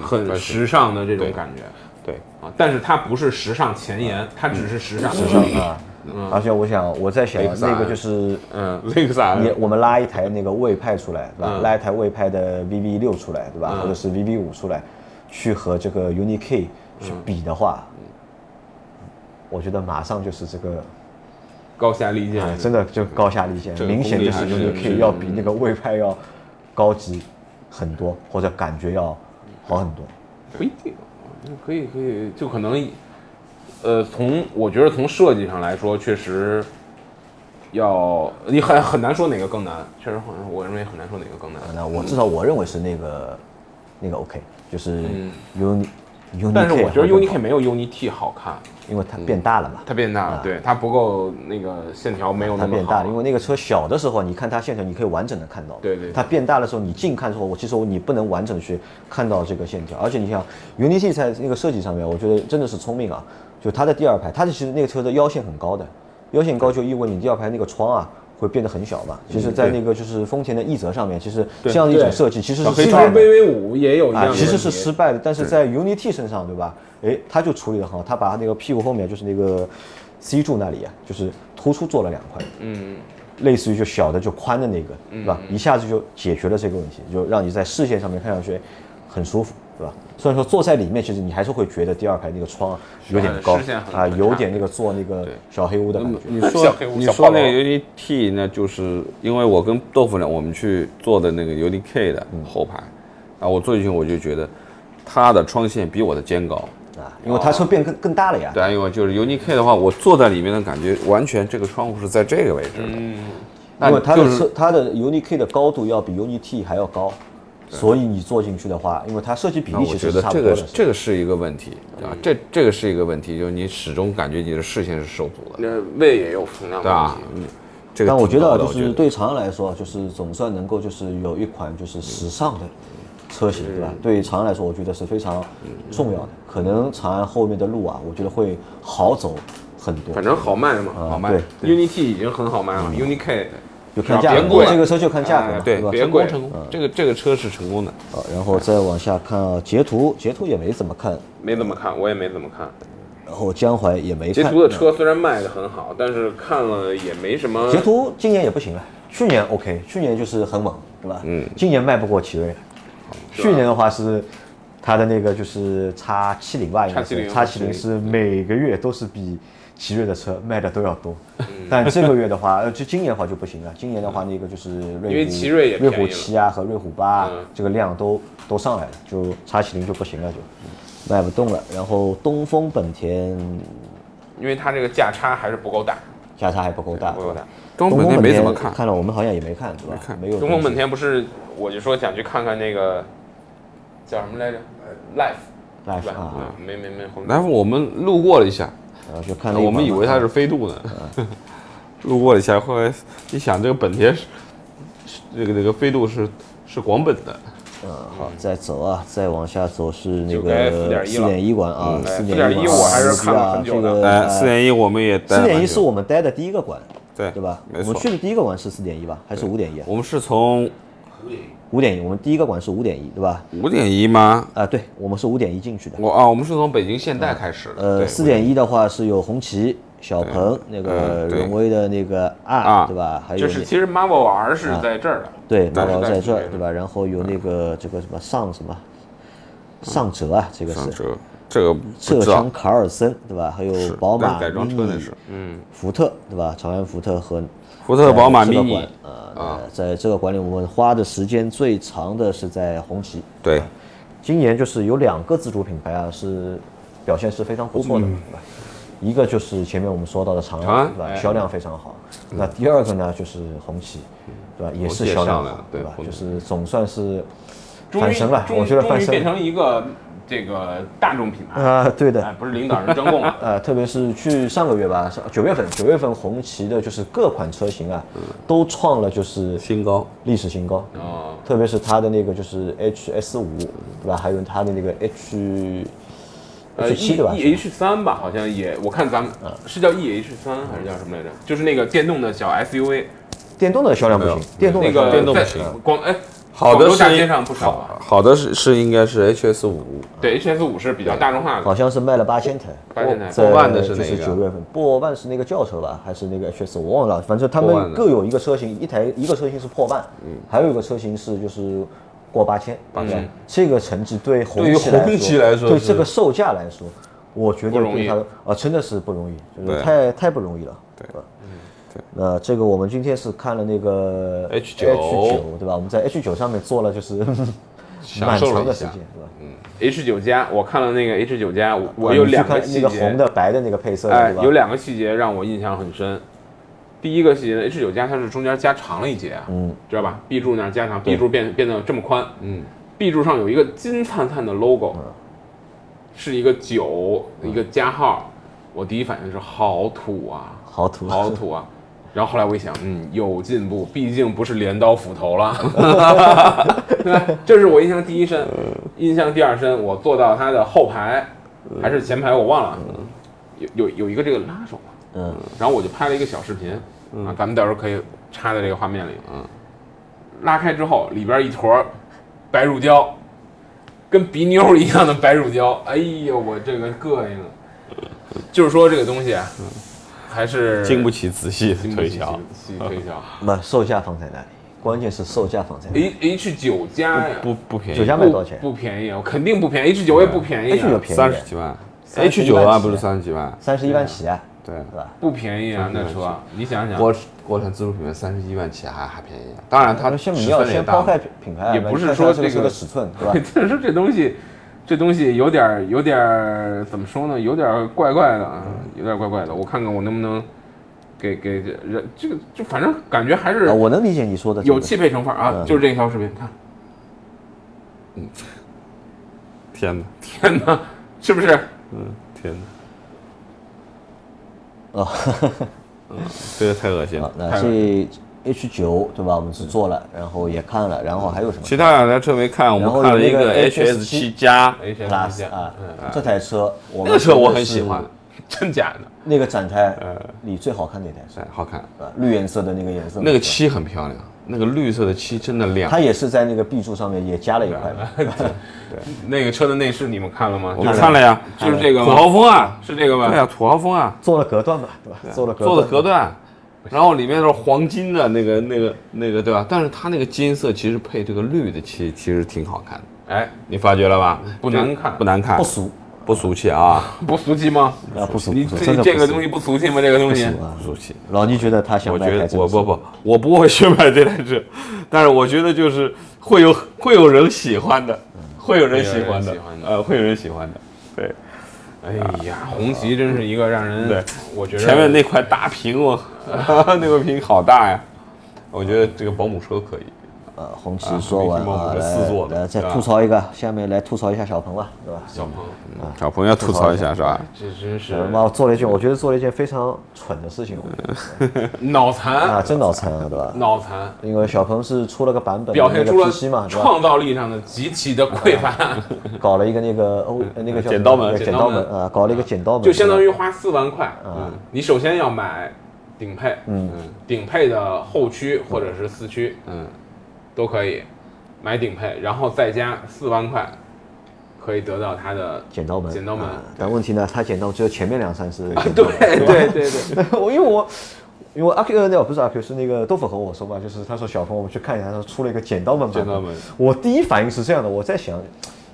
[SPEAKER 2] 很
[SPEAKER 3] 霸气
[SPEAKER 2] 时尚的这种
[SPEAKER 3] 对
[SPEAKER 2] 感觉
[SPEAKER 3] 对，
[SPEAKER 2] 啊，但是它不是时尚前沿，它只是时尚的
[SPEAKER 1] 上
[SPEAKER 2] 领域。
[SPEAKER 1] 啊，而且我想我在想
[SPEAKER 3] 雷克萨
[SPEAKER 1] 那个就是。
[SPEAKER 2] 嗯，
[SPEAKER 3] 那个啥，
[SPEAKER 1] 你我们拉一台那个魏派出来，对吧？
[SPEAKER 2] 嗯
[SPEAKER 1] 拉一台魏派的 VV 六出来，对吧？
[SPEAKER 2] 嗯
[SPEAKER 1] 或者是 VV 五出来，去和这个 Uni K 去
[SPEAKER 2] 嗯
[SPEAKER 1] 比的话，我觉得马上就是这个，
[SPEAKER 2] 高下立见
[SPEAKER 1] 哎，，真的就高下立见，
[SPEAKER 3] 这个
[SPEAKER 1] 明显就是
[SPEAKER 3] 功力还是
[SPEAKER 1] Uni
[SPEAKER 3] 是
[SPEAKER 1] K 要比那个魏派要高级很多，或者感觉要好很多。
[SPEAKER 2] 不一定，可以可以，就可能，呃，从我觉得从设计上来说，确实要你很很难说哪个更难，确实好像我认为很难说哪个更难。
[SPEAKER 1] 那我至少我认为是那个那个 OK，就是 Uni Uni
[SPEAKER 2] 嗯但是我觉
[SPEAKER 1] K 好像
[SPEAKER 2] 得嗯 Uni K 没有 Uni T 好看，
[SPEAKER 1] 因为它变大了嘛，
[SPEAKER 2] 它变大，了，对它不够那个线条没有
[SPEAKER 1] 啊它
[SPEAKER 2] 那么
[SPEAKER 1] 变大
[SPEAKER 2] 好
[SPEAKER 1] 了，因。为那个车小的时候，你看它线条，你可以完整的看到。
[SPEAKER 2] 对对对
[SPEAKER 1] 它变大的时候，你近看的时候，我其实我你不能完整的去看到这个线条。而且你想，Unity 在那个设计上面，我觉得真的是聪明啊。就它的第二排，它的其实那个车的腰线很高的，腰线高就意味你第二排那个窗啊会变得很小嘛。其实，在那个就是丰田的奕泽上面，其实这样的一种设计其实是
[SPEAKER 2] 其
[SPEAKER 1] 失
[SPEAKER 2] 实
[SPEAKER 1] 败的。
[SPEAKER 2] VV 五也有一样
[SPEAKER 1] 啊
[SPEAKER 2] 的，问题，
[SPEAKER 1] 其实是失败的，但是在 Unity 身上，对吧？哎，他就处理的很好，他把那个屁股后面就是那个 C 柱那里啊，就是突出做了两块，
[SPEAKER 2] 嗯，
[SPEAKER 1] 类似于就小的就宽的那个，对吧？一下子就解决了这个问题，就让你在视线上面看上去很舒服，对吧？虽然说坐在里面，其实你还是会觉得第二排那个窗啊有点高
[SPEAKER 2] 视线很
[SPEAKER 1] 啊，
[SPEAKER 2] 很
[SPEAKER 1] 有
[SPEAKER 2] 差
[SPEAKER 1] 点那个坐那个小黑屋的感觉。
[SPEAKER 3] 你
[SPEAKER 2] 小
[SPEAKER 3] 说
[SPEAKER 2] 黑屋
[SPEAKER 3] 你
[SPEAKER 2] 小
[SPEAKER 3] 说
[SPEAKER 2] 暴
[SPEAKER 3] 那个
[SPEAKER 2] 龙
[SPEAKER 3] UNT 呢，就是因为我跟豆腐呢，我们去做的那个 UDK 的后排，啊，我坐进去我就觉得它的窗线比我的肩高。
[SPEAKER 1] 啊，因为
[SPEAKER 2] 哦
[SPEAKER 1] 它车变更更大了呀，
[SPEAKER 3] 对啊，因为就是 UNK 的话，我坐在里面的感觉完全这个窗户是在这个位置的。嗯，那
[SPEAKER 1] 因为它的
[SPEAKER 3] 就是
[SPEAKER 1] 车它的 UNI-K 的高度要比 UNI-T 还要高，所以你坐进去的话，因为它设计比
[SPEAKER 3] 那
[SPEAKER 1] 例
[SPEAKER 3] 我
[SPEAKER 1] 其实
[SPEAKER 3] 觉得
[SPEAKER 1] 是差不
[SPEAKER 3] 这
[SPEAKER 1] 多
[SPEAKER 3] 个
[SPEAKER 1] 的。
[SPEAKER 3] 是这个是一个问题
[SPEAKER 2] 嗯
[SPEAKER 3] 啊，这这个是一个问题，就是你始终感觉你的视线是受阻的，
[SPEAKER 2] 那胃也有膨胀问
[SPEAKER 3] 对吧
[SPEAKER 2] 题。？
[SPEAKER 3] 嗯这个
[SPEAKER 1] 但我
[SPEAKER 3] 挺
[SPEAKER 1] 觉
[SPEAKER 3] 高
[SPEAKER 1] 得啊
[SPEAKER 3] 的
[SPEAKER 1] 就
[SPEAKER 3] 我
[SPEAKER 1] 是对长安来说，就是总算能够就是有一款就是时尚的车型，对吧？对长安来说，我觉得是非常
[SPEAKER 3] 嗯
[SPEAKER 1] 重要的。可能长安后面的路啊，我觉得会好走很多。
[SPEAKER 2] 反正好卖嘛，
[SPEAKER 1] 啊
[SPEAKER 3] 好卖
[SPEAKER 1] 对，嗯
[SPEAKER 2] Unity 已经很好卖了，Uni K
[SPEAKER 1] 就看
[SPEAKER 3] 啊
[SPEAKER 1] 价
[SPEAKER 2] 别
[SPEAKER 1] 格
[SPEAKER 2] 贵，
[SPEAKER 1] 这个车就看价格
[SPEAKER 2] 哎
[SPEAKER 1] 嘛，
[SPEAKER 3] 对
[SPEAKER 1] 吧？
[SPEAKER 2] 别
[SPEAKER 3] 成
[SPEAKER 2] 贵嗯
[SPEAKER 3] 功成
[SPEAKER 1] 嗯
[SPEAKER 3] 功，这个这个车是成功的。
[SPEAKER 1] 啊，然后再往下看啊，截图，截图也没怎么看，
[SPEAKER 2] 没怎么看，我也没怎么看。
[SPEAKER 1] 然后江淮也没
[SPEAKER 2] 截
[SPEAKER 1] 看。
[SPEAKER 2] 图的车虽然卖的很好，但是看了也没什么
[SPEAKER 1] 截图今年也不行了，去年 OK，去年就是很猛，对吧？嗯，今年迈不过奇瑞了。去年的话是它的那个就是叉七零吧，应该是
[SPEAKER 2] X70
[SPEAKER 1] 叉七零是
[SPEAKER 2] 嗯
[SPEAKER 1] 每个月都是比奇瑞的车卖的都要多，
[SPEAKER 2] 嗯
[SPEAKER 1] 但这个月的话，呃就今年的话就不行了。今年的话，那个就是瑞虎，
[SPEAKER 2] 嗯因为奇瑞也
[SPEAKER 1] 瑞
[SPEAKER 2] 便宜了
[SPEAKER 1] 虎七啊和瑞虎八、啊
[SPEAKER 2] 嗯
[SPEAKER 1] 这个量都都上来了，就叉七零就不行了，就嗯卖不动了。然后东风本田
[SPEAKER 2] 因为它这个价差还是不够大，
[SPEAKER 1] 价差还啊不够大，
[SPEAKER 2] 不够大。
[SPEAKER 3] 东
[SPEAKER 1] 东
[SPEAKER 3] 风
[SPEAKER 1] 风本田
[SPEAKER 3] 本田没怎么看，
[SPEAKER 1] 看了我们好像也没看，对吧？没有
[SPEAKER 2] 东风本田不是，我就说想去看看那个叫什么来着，Life，呃
[SPEAKER 1] 来
[SPEAKER 2] 对吧？嗯
[SPEAKER 1] 啊，
[SPEAKER 2] 没没没，后面
[SPEAKER 3] 然后我们路过了一下，
[SPEAKER 1] 然后就看了一啊
[SPEAKER 3] 我们
[SPEAKER 1] 晚
[SPEAKER 3] 以嗯
[SPEAKER 1] 上
[SPEAKER 3] 为它是飞度呢， 路过了一下，后来一想，这个本田是是这个这个飞度是是广本的，
[SPEAKER 1] 嗯，好，再走啊，再往下走是那
[SPEAKER 2] 就该
[SPEAKER 1] 个
[SPEAKER 2] 4.1
[SPEAKER 1] 四
[SPEAKER 2] 了
[SPEAKER 1] 点一馆啊，
[SPEAKER 2] 哎
[SPEAKER 1] 四
[SPEAKER 2] 4.1我还是看了很久的
[SPEAKER 3] 嗯哎，四点一我们也待
[SPEAKER 1] 四
[SPEAKER 3] 了
[SPEAKER 1] 点
[SPEAKER 3] 蛮
[SPEAKER 1] 一
[SPEAKER 3] 久
[SPEAKER 1] 是我们待的第一个馆，
[SPEAKER 3] 对
[SPEAKER 1] 对吧？
[SPEAKER 3] 没
[SPEAKER 1] 我们
[SPEAKER 3] 错
[SPEAKER 1] 去的第一个馆是四点一吧，还是五点一？啊
[SPEAKER 3] 我们是从
[SPEAKER 1] 五点一，我们第一个馆是五点一，对吧？
[SPEAKER 3] 五点一吗？嗯
[SPEAKER 1] 啊，对，我们是五点一进去的。
[SPEAKER 3] 我啊，我们是从北京现代开始的，
[SPEAKER 1] 呃，
[SPEAKER 3] 对
[SPEAKER 1] 四点一的话是有红旗、小鹏那个
[SPEAKER 3] 嗯对
[SPEAKER 1] 荣威的那个 R，
[SPEAKER 3] 啊
[SPEAKER 1] 对吧？还有
[SPEAKER 2] 就是
[SPEAKER 1] 那
[SPEAKER 2] 其实 Marvel R 是在这儿的，
[SPEAKER 1] 对，马宝
[SPEAKER 2] 是在
[SPEAKER 1] 在
[SPEAKER 2] 这
[SPEAKER 1] 这
[SPEAKER 2] 边
[SPEAKER 1] 儿，
[SPEAKER 2] 的
[SPEAKER 1] 对吧？然后
[SPEAKER 3] 嗯
[SPEAKER 1] 有那个这个什么上什么上折啊，这个
[SPEAKER 3] 上
[SPEAKER 1] 是
[SPEAKER 3] 车嗯这个不
[SPEAKER 1] 浙
[SPEAKER 3] 知道
[SPEAKER 1] 江卡尔森，对吧？还有宝马、
[SPEAKER 3] 但改装车那
[SPEAKER 1] mini
[SPEAKER 3] 是，
[SPEAKER 1] 福特对吧？长安福特和
[SPEAKER 3] 福特、宝马、啊
[SPEAKER 1] 在这个馆
[SPEAKER 3] mini，
[SPEAKER 1] 呃那在这个馆里我们花的时间最长的是在红旗。
[SPEAKER 3] 对，
[SPEAKER 1] 今年就是有两个自主品牌啊，是表现是非常不错的，对吧？一个就是前面我们说到的长
[SPEAKER 3] 嗯长
[SPEAKER 1] 安，
[SPEAKER 3] 安
[SPEAKER 1] 对吧？
[SPEAKER 3] 哎嗯
[SPEAKER 1] 销量非常好。那第二个呢，就是红旗，对吧？也是
[SPEAKER 3] 红旗也
[SPEAKER 1] 销量
[SPEAKER 3] 上来
[SPEAKER 1] 好
[SPEAKER 3] 了，
[SPEAKER 1] 对
[SPEAKER 3] 对
[SPEAKER 1] 吧？
[SPEAKER 3] 红
[SPEAKER 1] 就
[SPEAKER 3] 旗
[SPEAKER 1] 是总算是
[SPEAKER 2] 终于
[SPEAKER 1] 翻身了，
[SPEAKER 2] 终于
[SPEAKER 1] 我觉得
[SPEAKER 2] 终
[SPEAKER 1] 翻
[SPEAKER 2] 于
[SPEAKER 1] 身
[SPEAKER 2] 变
[SPEAKER 1] 了
[SPEAKER 2] 成一个这个大众品牌，
[SPEAKER 1] 啊，对的，
[SPEAKER 2] 哎，不是领导人专 供了。
[SPEAKER 1] 呃，特别是去上个月吧，上九月份，九月份红旗的就是各款车型啊，都创了就是
[SPEAKER 3] 新高，
[SPEAKER 1] 历史新高。
[SPEAKER 2] 哦，
[SPEAKER 1] 特别是它的那个就是 HS 五，对吧？还有它的那个 H
[SPEAKER 2] 呃
[SPEAKER 1] H 七对吧？嗯
[SPEAKER 2] ，E H 三吧，好像也，我看咱们是叫 E H 三还是叫什么来着？就是那个电动的小 S U V，
[SPEAKER 1] 电动的销量不行
[SPEAKER 3] 没有，
[SPEAKER 1] 电动
[SPEAKER 2] 那
[SPEAKER 1] 的销量
[SPEAKER 2] 个
[SPEAKER 3] 嗯电动不
[SPEAKER 2] 在
[SPEAKER 3] 行
[SPEAKER 2] 广哎，
[SPEAKER 3] 好的
[SPEAKER 2] 广州大
[SPEAKER 3] 是
[SPEAKER 2] 街上不少吧？
[SPEAKER 3] 好好的是是应该是 HS 五，
[SPEAKER 2] 对，H S 五是比较大众化的，
[SPEAKER 1] 好像是卖了八千台。
[SPEAKER 2] 八千台。
[SPEAKER 1] 在
[SPEAKER 3] 博哎万的是
[SPEAKER 1] 就
[SPEAKER 3] 哪
[SPEAKER 1] 是
[SPEAKER 3] 个
[SPEAKER 1] 九月份，破万是那个轿车吧，还是那个 HS？我忘了，反正他
[SPEAKER 3] 破万
[SPEAKER 1] 们
[SPEAKER 3] 的嗯
[SPEAKER 1] 各有一个车型，一台一个车型是破万，还有一个车型是就是过八千，八千这个成绩对红
[SPEAKER 3] 对于
[SPEAKER 1] 旗来
[SPEAKER 3] 红旗来说
[SPEAKER 1] 对
[SPEAKER 3] 是
[SPEAKER 1] 这个售价来说，我觉
[SPEAKER 2] 不
[SPEAKER 1] 得
[SPEAKER 2] 容易
[SPEAKER 1] 对它的啊真的是不容易，就是
[SPEAKER 3] 对嗯
[SPEAKER 1] 太太不容易了，对吧？那这个我们今天是看了那个
[SPEAKER 3] H9
[SPEAKER 1] 9对吧？我们在 H 九上面做了就是
[SPEAKER 3] 享
[SPEAKER 1] 蛮
[SPEAKER 3] 受了
[SPEAKER 1] 长
[SPEAKER 3] 一
[SPEAKER 1] 的时
[SPEAKER 3] 下
[SPEAKER 1] 间，，对吧？
[SPEAKER 2] H 九加，我看了那个 H 九加，我我
[SPEAKER 1] 啊
[SPEAKER 2] 有
[SPEAKER 1] 你去
[SPEAKER 2] 两个
[SPEAKER 1] 看
[SPEAKER 2] 细
[SPEAKER 1] 那个红
[SPEAKER 2] 节，
[SPEAKER 1] 的、白的那个配色，
[SPEAKER 2] 哎
[SPEAKER 1] 对，吧？
[SPEAKER 2] 有两个细节让我印象很深。第一个细节，H 九加它是中间加长了一截，嗯，知道吧？B 柱那儿加长，B 柱变变得这么宽，
[SPEAKER 3] 嗯，
[SPEAKER 1] 嗯
[SPEAKER 2] B 柱上有一个金灿灿的 logo，是一个九一个加号，我第一反应是好土啊，
[SPEAKER 1] 好土，
[SPEAKER 2] 好土啊。然后后来我一想，嗯，有进步，毕竟不是镰刀斧头了，对吧？ 这是我印象第一深，印象第二深，我坐到他的后排还是前排，我忘了，有有有一个这个拉手，
[SPEAKER 1] 嗯，
[SPEAKER 2] 然后我就拍了一个小视频，啊，咱们到时候可以插在这个画面里。
[SPEAKER 3] 嗯，
[SPEAKER 2] 拉开之后，里边一坨儿白乳胶，跟鼻妞儿一样的白乳胶。哎呦，我这个膈应啊！就是说这个东西啊，还是
[SPEAKER 3] 经不起仔细的
[SPEAKER 2] 经不
[SPEAKER 3] 推
[SPEAKER 2] 起
[SPEAKER 3] 敲。
[SPEAKER 2] 细推 敲。
[SPEAKER 1] 那售价放在哪里？关键是售价放在哪里？
[SPEAKER 2] H H 九加呀，
[SPEAKER 3] 不不便宜，
[SPEAKER 1] 酒家卖多少钱哎
[SPEAKER 2] 不便宜啊，肯定不便宜。H 九也不便宜
[SPEAKER 1] ？H 九
[SPEAKER 2] 啊，
[SPEAKER 1] 便宜，
[SPEAKER 3] 三十几万
[SPEAKER 1] 三十
[SPEAKER 3] ，H
[SPEAKER 1] 一
[SPEAKER 3] 九
[SPEAKER 1] 万
[SPEAKER 3] 万
[SPEAKER 1] 起
[SPEAKER 3] 不是三十几万？
[SPEAKER 1] 三十一万起啊，
[SPEAKER 3] 对，
[SPEAKER 1] 对吧？
[SPEAKER 2] 不便宜啊，那
[SPEAKER 3] 真的
[SPEAKER 2] 车你想想，
[SPEAKER 3] 国国产自主品牌三十一万起还还便宜啊。当然它
[SPEAKER 1] 先
[SPEAKER 3] 尺
[SPEAKER 1] 你要
[SPEAKER 3] 寸也
[SPEAKER 1] 先
[SPEAKER 3] 大
[SPEAKER 1] 抛
[SPEAKER 3] 嘛
[SPEAKER 1] 开，品牌啊，
[SPEAKER 2] 也不是
[SPEAKER 1] 你看
[SPEAKER 2] 说
[SPEAKER 1] 它这个
[SPEAKER 2] 这个
[SPEAKER 1] 车的尺寸，对吧？
[SPEAKER 2] 但是这东西，这东西有点儿有点儿怎么说呢？有点儿怪怪的啊，有点儿怪怪的。我看看我能不能给给这人这个，就反正感觉还是
[SPEAKER 1] 啊，我能理解你说的这
[SPEAKER 2] 有
[SPEAKER 1] 个
[SPEAKER 2] 汽配成分啊，
[SPEAKER 1] 嗯
[SPEAKER 2] 就是这条视频，看
[SPEAKER 3] 天哪，
[SPEAKER 2] 天哪，是不是？
[SPEAKER 3] 天哪，
[SPEAKER 1] 哦，
[SPEAKER 3] 嗯 这个太恶心
[SPEAKER 1] 啊
[SPEAKER 3] 了。，
[SPEAKER 1] 那
[SPEAKER 2] 太
[SPEAKER 1] 这 H 九对吧？我们只做了，然后也看了，然后还有什么
[SPEAKER 3] 其他两台车没看，我
[SPEAKER 1] 然后
[SPEAKER 3] 们看
[SPEAKER 1] 有
[SPEAKER 3] 了
[SPEAKER 1] 那
[SPEAKER 3] 一个
[SPEAKER 1] 个
[SPEAKER 3] HS 七加，
[SPEAKER 2] H
[SPEAKER 1] ？Plus 啊，这台车我们
[SPEAKER 3] 那个车我
[SPEAKER 1] 真的
[SPEAKER 3] 很
[SPEAKER 1] 是
[SPEAKER 3] 喜欢，
[SPEAKER 2] 真假的？
[SPEAKER 1] 那个展台里最好看的一台车
[SPEAKER 3] 对，好看。，
[SPEAKER 1] 对吧绿颜色的那个颜色，
[SPEAKER 3] 那个啊漆很漂亮，那个绿色的漆真的亮
[SPEAKER 1] 它。也是在那个壁柱上面也加了一块，
[SPEAKER 2] 那个车的内饰你们看了吗？
[SPEAKER 3] 我
[SPEAKER 2] 就
[SPEAKER 3] 们
[SPEAKER 2] 是
[SPEAKER 3] 看了呀，
[SPEAKER 2] 就是这个
[SPEAKER 3] 土豪
[SPEAKER 2] 吗？
[SPEAKER 3] 风啊，
[SPEAKER 2] 是这个
[SPEAKER 3] 对
[SPEAKER 2] 吧？
[SPEAKER 3] 呀，土豪风啊，
[SPEAKER 1] 做了隔断吧，对吧？做了隔
[SPEAKER 3] 做的隔
[SPEAKER 1] 断，
[SPEAKER 3] 断，然后里面都是黄金的那个、那个、那个，对吧？但是它那个金色其实配这个绿的漆，其实挺好看的。
[SPEAKER 2] 哎，
[SPEAKER 3] 你发觉了吧？
[SPEAKER 2] 不
[SPEAKER 3] 这
[SPEAKER 2] 难看
[SPEAKER 3] 不难看，
[SPEAKER 1] 不俗
[SPEAKER 3] 不俗气啊，
[SPEAKER 2] 不俗气吗？
[SPEAKER 1] 啊，不俗，
[SPEAKER 2] 你
[SPEAKER 1] 不俗真
[SPEAKER 2] 这
[SPEAKER 1] 的不
[SPEAKER 2] 这个
[SPEAKER 1] 俗
[SPEAKER 2] 东西不俗气吗？这个东西
[SPEAKER 1] 不俗啊
[SPEAKER 3] 不。俗气。
[SPEAKER 1] 老倪觉得他想
[SPEAKER 3] 我
[SPEAKER 1] 买
[SPEAKER 3] 觉
[SPEAKER 1] 台
[SPEAKER 3] 得
[SPEAKER 1] 这
[SPEAKER 3] 我
[SPEAKER 1] 个
[SPEAKER 3] 不
[SPEAKER 1] 车，
[SPEAKER 3] 不，我不会去买这台车，但是我觉得就是会有会有人喜欢的，会有人喜欢的
[SPEAKER 2] 会有人喜欢，的
[SPEAKER 3] 呃，会有人喜欢的。对，
[SPEAKER 2] 哎呀，红旗真是一个让人
[SPEAKER 3] 对，
[SPEAKER 2] 我觉得
[SPEAKER 3] 前面那块大屏我， 那块屏好大呀，我觉得这个保姆车可以。
[SPEAKER 1] 呃，红旗
[SPEAKER 3] 啊
[SPEAKER 1] 说
[SPEAKER 3] 明
[SPEAKER 1] 完
[SPEAKER 3] 星猫
[SPEAKER 1] 啊，
[SPEAKER 3] 不是四座的
[SPEAKER 1] 来来再
[SPEAKER 3] 对吧
[SPEAKER 1] 吐槽一个，下面来吐槽一下小鹏吧，对吧？
[SPEAKER 2] 小鹏，
[SPEAKER 3] 小朋友吐槽一下是吧？
[SPEAKER 2] 这真是
[SPEAKER 1] 妈，我做了一件，我觉得做了一件非常蠢的事情，
[SPEAKER 2] 脑残，
[SPEAKER 1] 啊，真脑残啊，对吧？
[SPEAKER 2] 脑残，
[SPEAKER 1] 因为小鹏是出了个版本，
[SPEAKER 2] 表现出
[SPEAKER 1] 那
[SPEAKER 2] 了
[SPEAKER 1] 个 PC 嘛，对吧？
[SPEAKER 2] 创造力上的极其的匮乏，
[SPEAKER 1] 搞了一个那个哦，呃那个叫
[SPEAKER 3] 剪刀门
[SPEAKER 1] 那个
[SPEAKER 2] 剪
[SPEAKER 1] 剪
[SPEAKER 2] 刀
[SPEAKER 1] 刀
[SPEAKER 2] 门
[SPEAKER 1] 门啊，搞了一个剪刀门，
[SPEAKER 2] 就相当于
[SPEAKER 1] 是吧
[SPEAKER 2] 花四万块，嗯，你首先要买顶配，嗯，顶配的后驱或者是四驱
[SPEAKER 3] 嗯，
[SPEAKER 2] 都可以买顶配，然后再加四万块，可以得到它的
[SPEAKER 1] 剪刀门，
[SPEAKER 2] 剪刀门
[SPEAKER 1] 啊。但问题呢，它剪刀只有前面两扇是剪刀
[SPEAKER 2] 对
[SPEAKER 1] 门，
[SPEAKER 2] 对对 对，
[SPEAKER 1] 我因为我。因为阿 Q 呃那不是阿 Q 是那个豆腐和我说嘛，就是他说小鹏我们去看一下，他说出了一个剪刀门版
[SPEAKER 3] 剪刀门，
[SPEAKER 1] 我第一反应是这样的，我在想，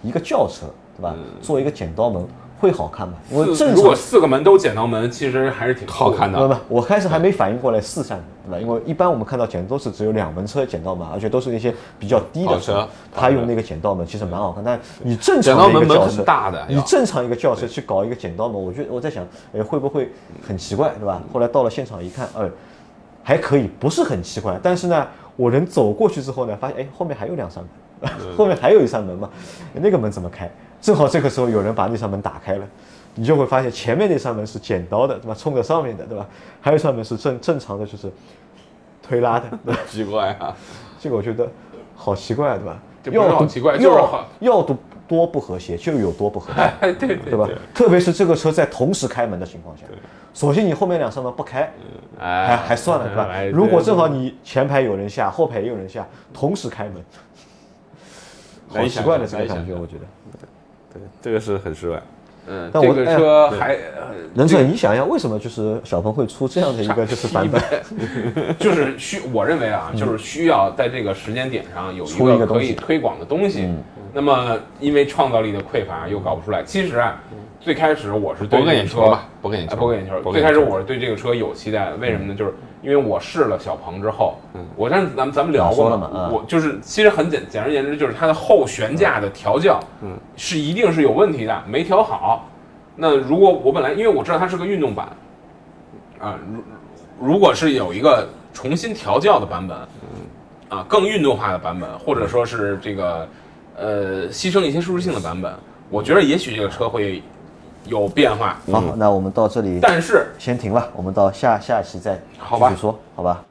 [SPEAKER 1] 一个轿车对
[SPEAKER 3] 嗯
[SPEAKER 1] 吧，做一个剪刀门会好看吗？因为
[SPEAKER 2] 四
[SPEAKER 1] 正
[SPEAKER 2] 如
[SPEAKER 1] 常
[SPEAKER 2] 果四个门都剪刀门，其实还是挺
[SPEAKER 3] 好看
[SPEAKER 2] 的。
[SPEAKER 3] 的
[SPEAKER 1] 不不，我开始还没反应过来四扇门，对吧？因为一般我们看到剪都是只有两门车剪刀门，而且都是那些比较低的
[SPEAKER 3] 跑车
[SPEAKER 1] 他用那个剪刀门其实蛮好看。但你正
[SPEAKER 3] 剪
[SPEAKER 1] 常
[SPEAKER 3] 刀
[SPEAKER 1] 的一个
[SPEAKER 3] 门门
[SPEAKER 1] 轿
[SPEAKER 3] 很
[SPEAKER 1] 车，
[SPEAKER 3] 大的，
[SPEAKER 1] 你正常一个轿车去搞一个剪刀门，我觉得我在想，哎，会不会很奇怪，对吧？后来到了现场一看，呃，还可以，不是很奇怪。但是呢，我人走过去之后呢，发现哎，后面还有两扇门， 后面还有一扇门嘛，那个门怎么开？正好这个时候有人把那扇门打开了。你就会发现前面那扇门是剪刀的，对吧？冲着上面的，对吧？还有一扇门是正正常的，就是推拉的。对吧
[SPEAKER 3] 奇怪啊，
[SPEAKER 1] 这个我觉得好奇怪，对吧？
[SPEAKER 2] 这不是
[SPEAKER 1] 要
[SPEAKER 2] 好
[SPEAKER 1] 多
[SPEAKER 2] 奇怪
[SPEAKER 1] 要
[SPEAKER 2] 就是好
[SPEAKER 1] 要多多不和谐就有多不和谐。
[SPEAKER 2] 哎， 对对
[SPEAKER 1] 对吧？特别是这个车在同时开门的情况下，首先你后面两扇门不开，还
[SPEAKER 2] 哎，
[SPEAKER 1] 还算了，对吧
[SPEAKER 2] 哎？
[SPEAKER 1] 如果正好
[SPEAKER 2] 对
[SPEAKER 1] 你前排有人下，后排也有人下，同时开门，
[SPEAKER 3] 难
[SPEAKER 1] 好
[SPEAKER 3] 以
[SPEAKER 1] 奇
[SPEAKER 3] 想象
[SPEAKER 1] 怪的这
[SPEAKER 3] 难
[SPEAKER 1] 个
[SPEAKER 3] 以想
[SPEAKER 1] 感觉，
[SPEAKER 3] 象
[SPEAKER 1] 我觉得。
[SPEAKER 3] 对，这个是很失外。
[SPEAKER 2] 嗯，
[SPEAKER 1] 但我
[SPEAKER 2] 这个
[SPEAKER 1] 哎
[SPEAKER 2] 车还呃
[SPEAKER 1] 任晨，你想一下，为什么就是小鹏会出这样的一个就是版本？ 嗯
[SPEAKER 2] 就是需，我认为啊，就是需要在这个时间点上有
[SPEAKER 1] 出一
[SPEAKER 2] 个
[SPEAKER 1] 个东
[SPEAKER 2] 可
[SPEAKER 1] 西嗯
[SPEAKER 2] 以推广的东西。那么，因为创造力的匮乏又搞不出来。其实啊，
[SPEAKER 1] 嗯
[SPEAKER 2] 最开始我是对
[SPEAKER 3] 博个
[SPEAKER 2] 这
[SPEAKER 3] 眼
[SPEAKER 2] 车
[SPEAKER 3] 球吧，，博个眼
[SPEAKER 2] 哎，
[SPEAKER 3] 球，
[SPEAKER 2] 博个眼球。
[SPEAKER 3] 博个
[SPEAKER 2] 最
[SPEAKER 3] 眼
[SPEAKER 2] 开始
[SPEAKER 3] 球
[SPEAKER 2] 我是对这个车有期待的，为什么呢？就是因为我试了小鹏之后，我上次咱们咱们聊过
[SPEAKER 1] 啊说了嘛啊
[SPEAKER 2] 我就是其实很简，简而言之就是它的后悬架的调教，嗯，是一定是有问题的，没调好。那如果我本来因为我知道它是个运动版，啊，如如果是有一个重新调教的版本，啊，更运动化的版本，或者说是这个呃牺牲一些舒适性的版本，我觉得也许这个车会有变化，
[SPEAKER 1] 好，那我们到这里
[SPEAKER 2] 但是
[SPEAKER 1] 先停了，我们到下下期再
[SPEAKER 2] 好
[SPEAKER 1] 继
[SPEAKER 2] 吧
[SPEAKER 1] 续说，好吧？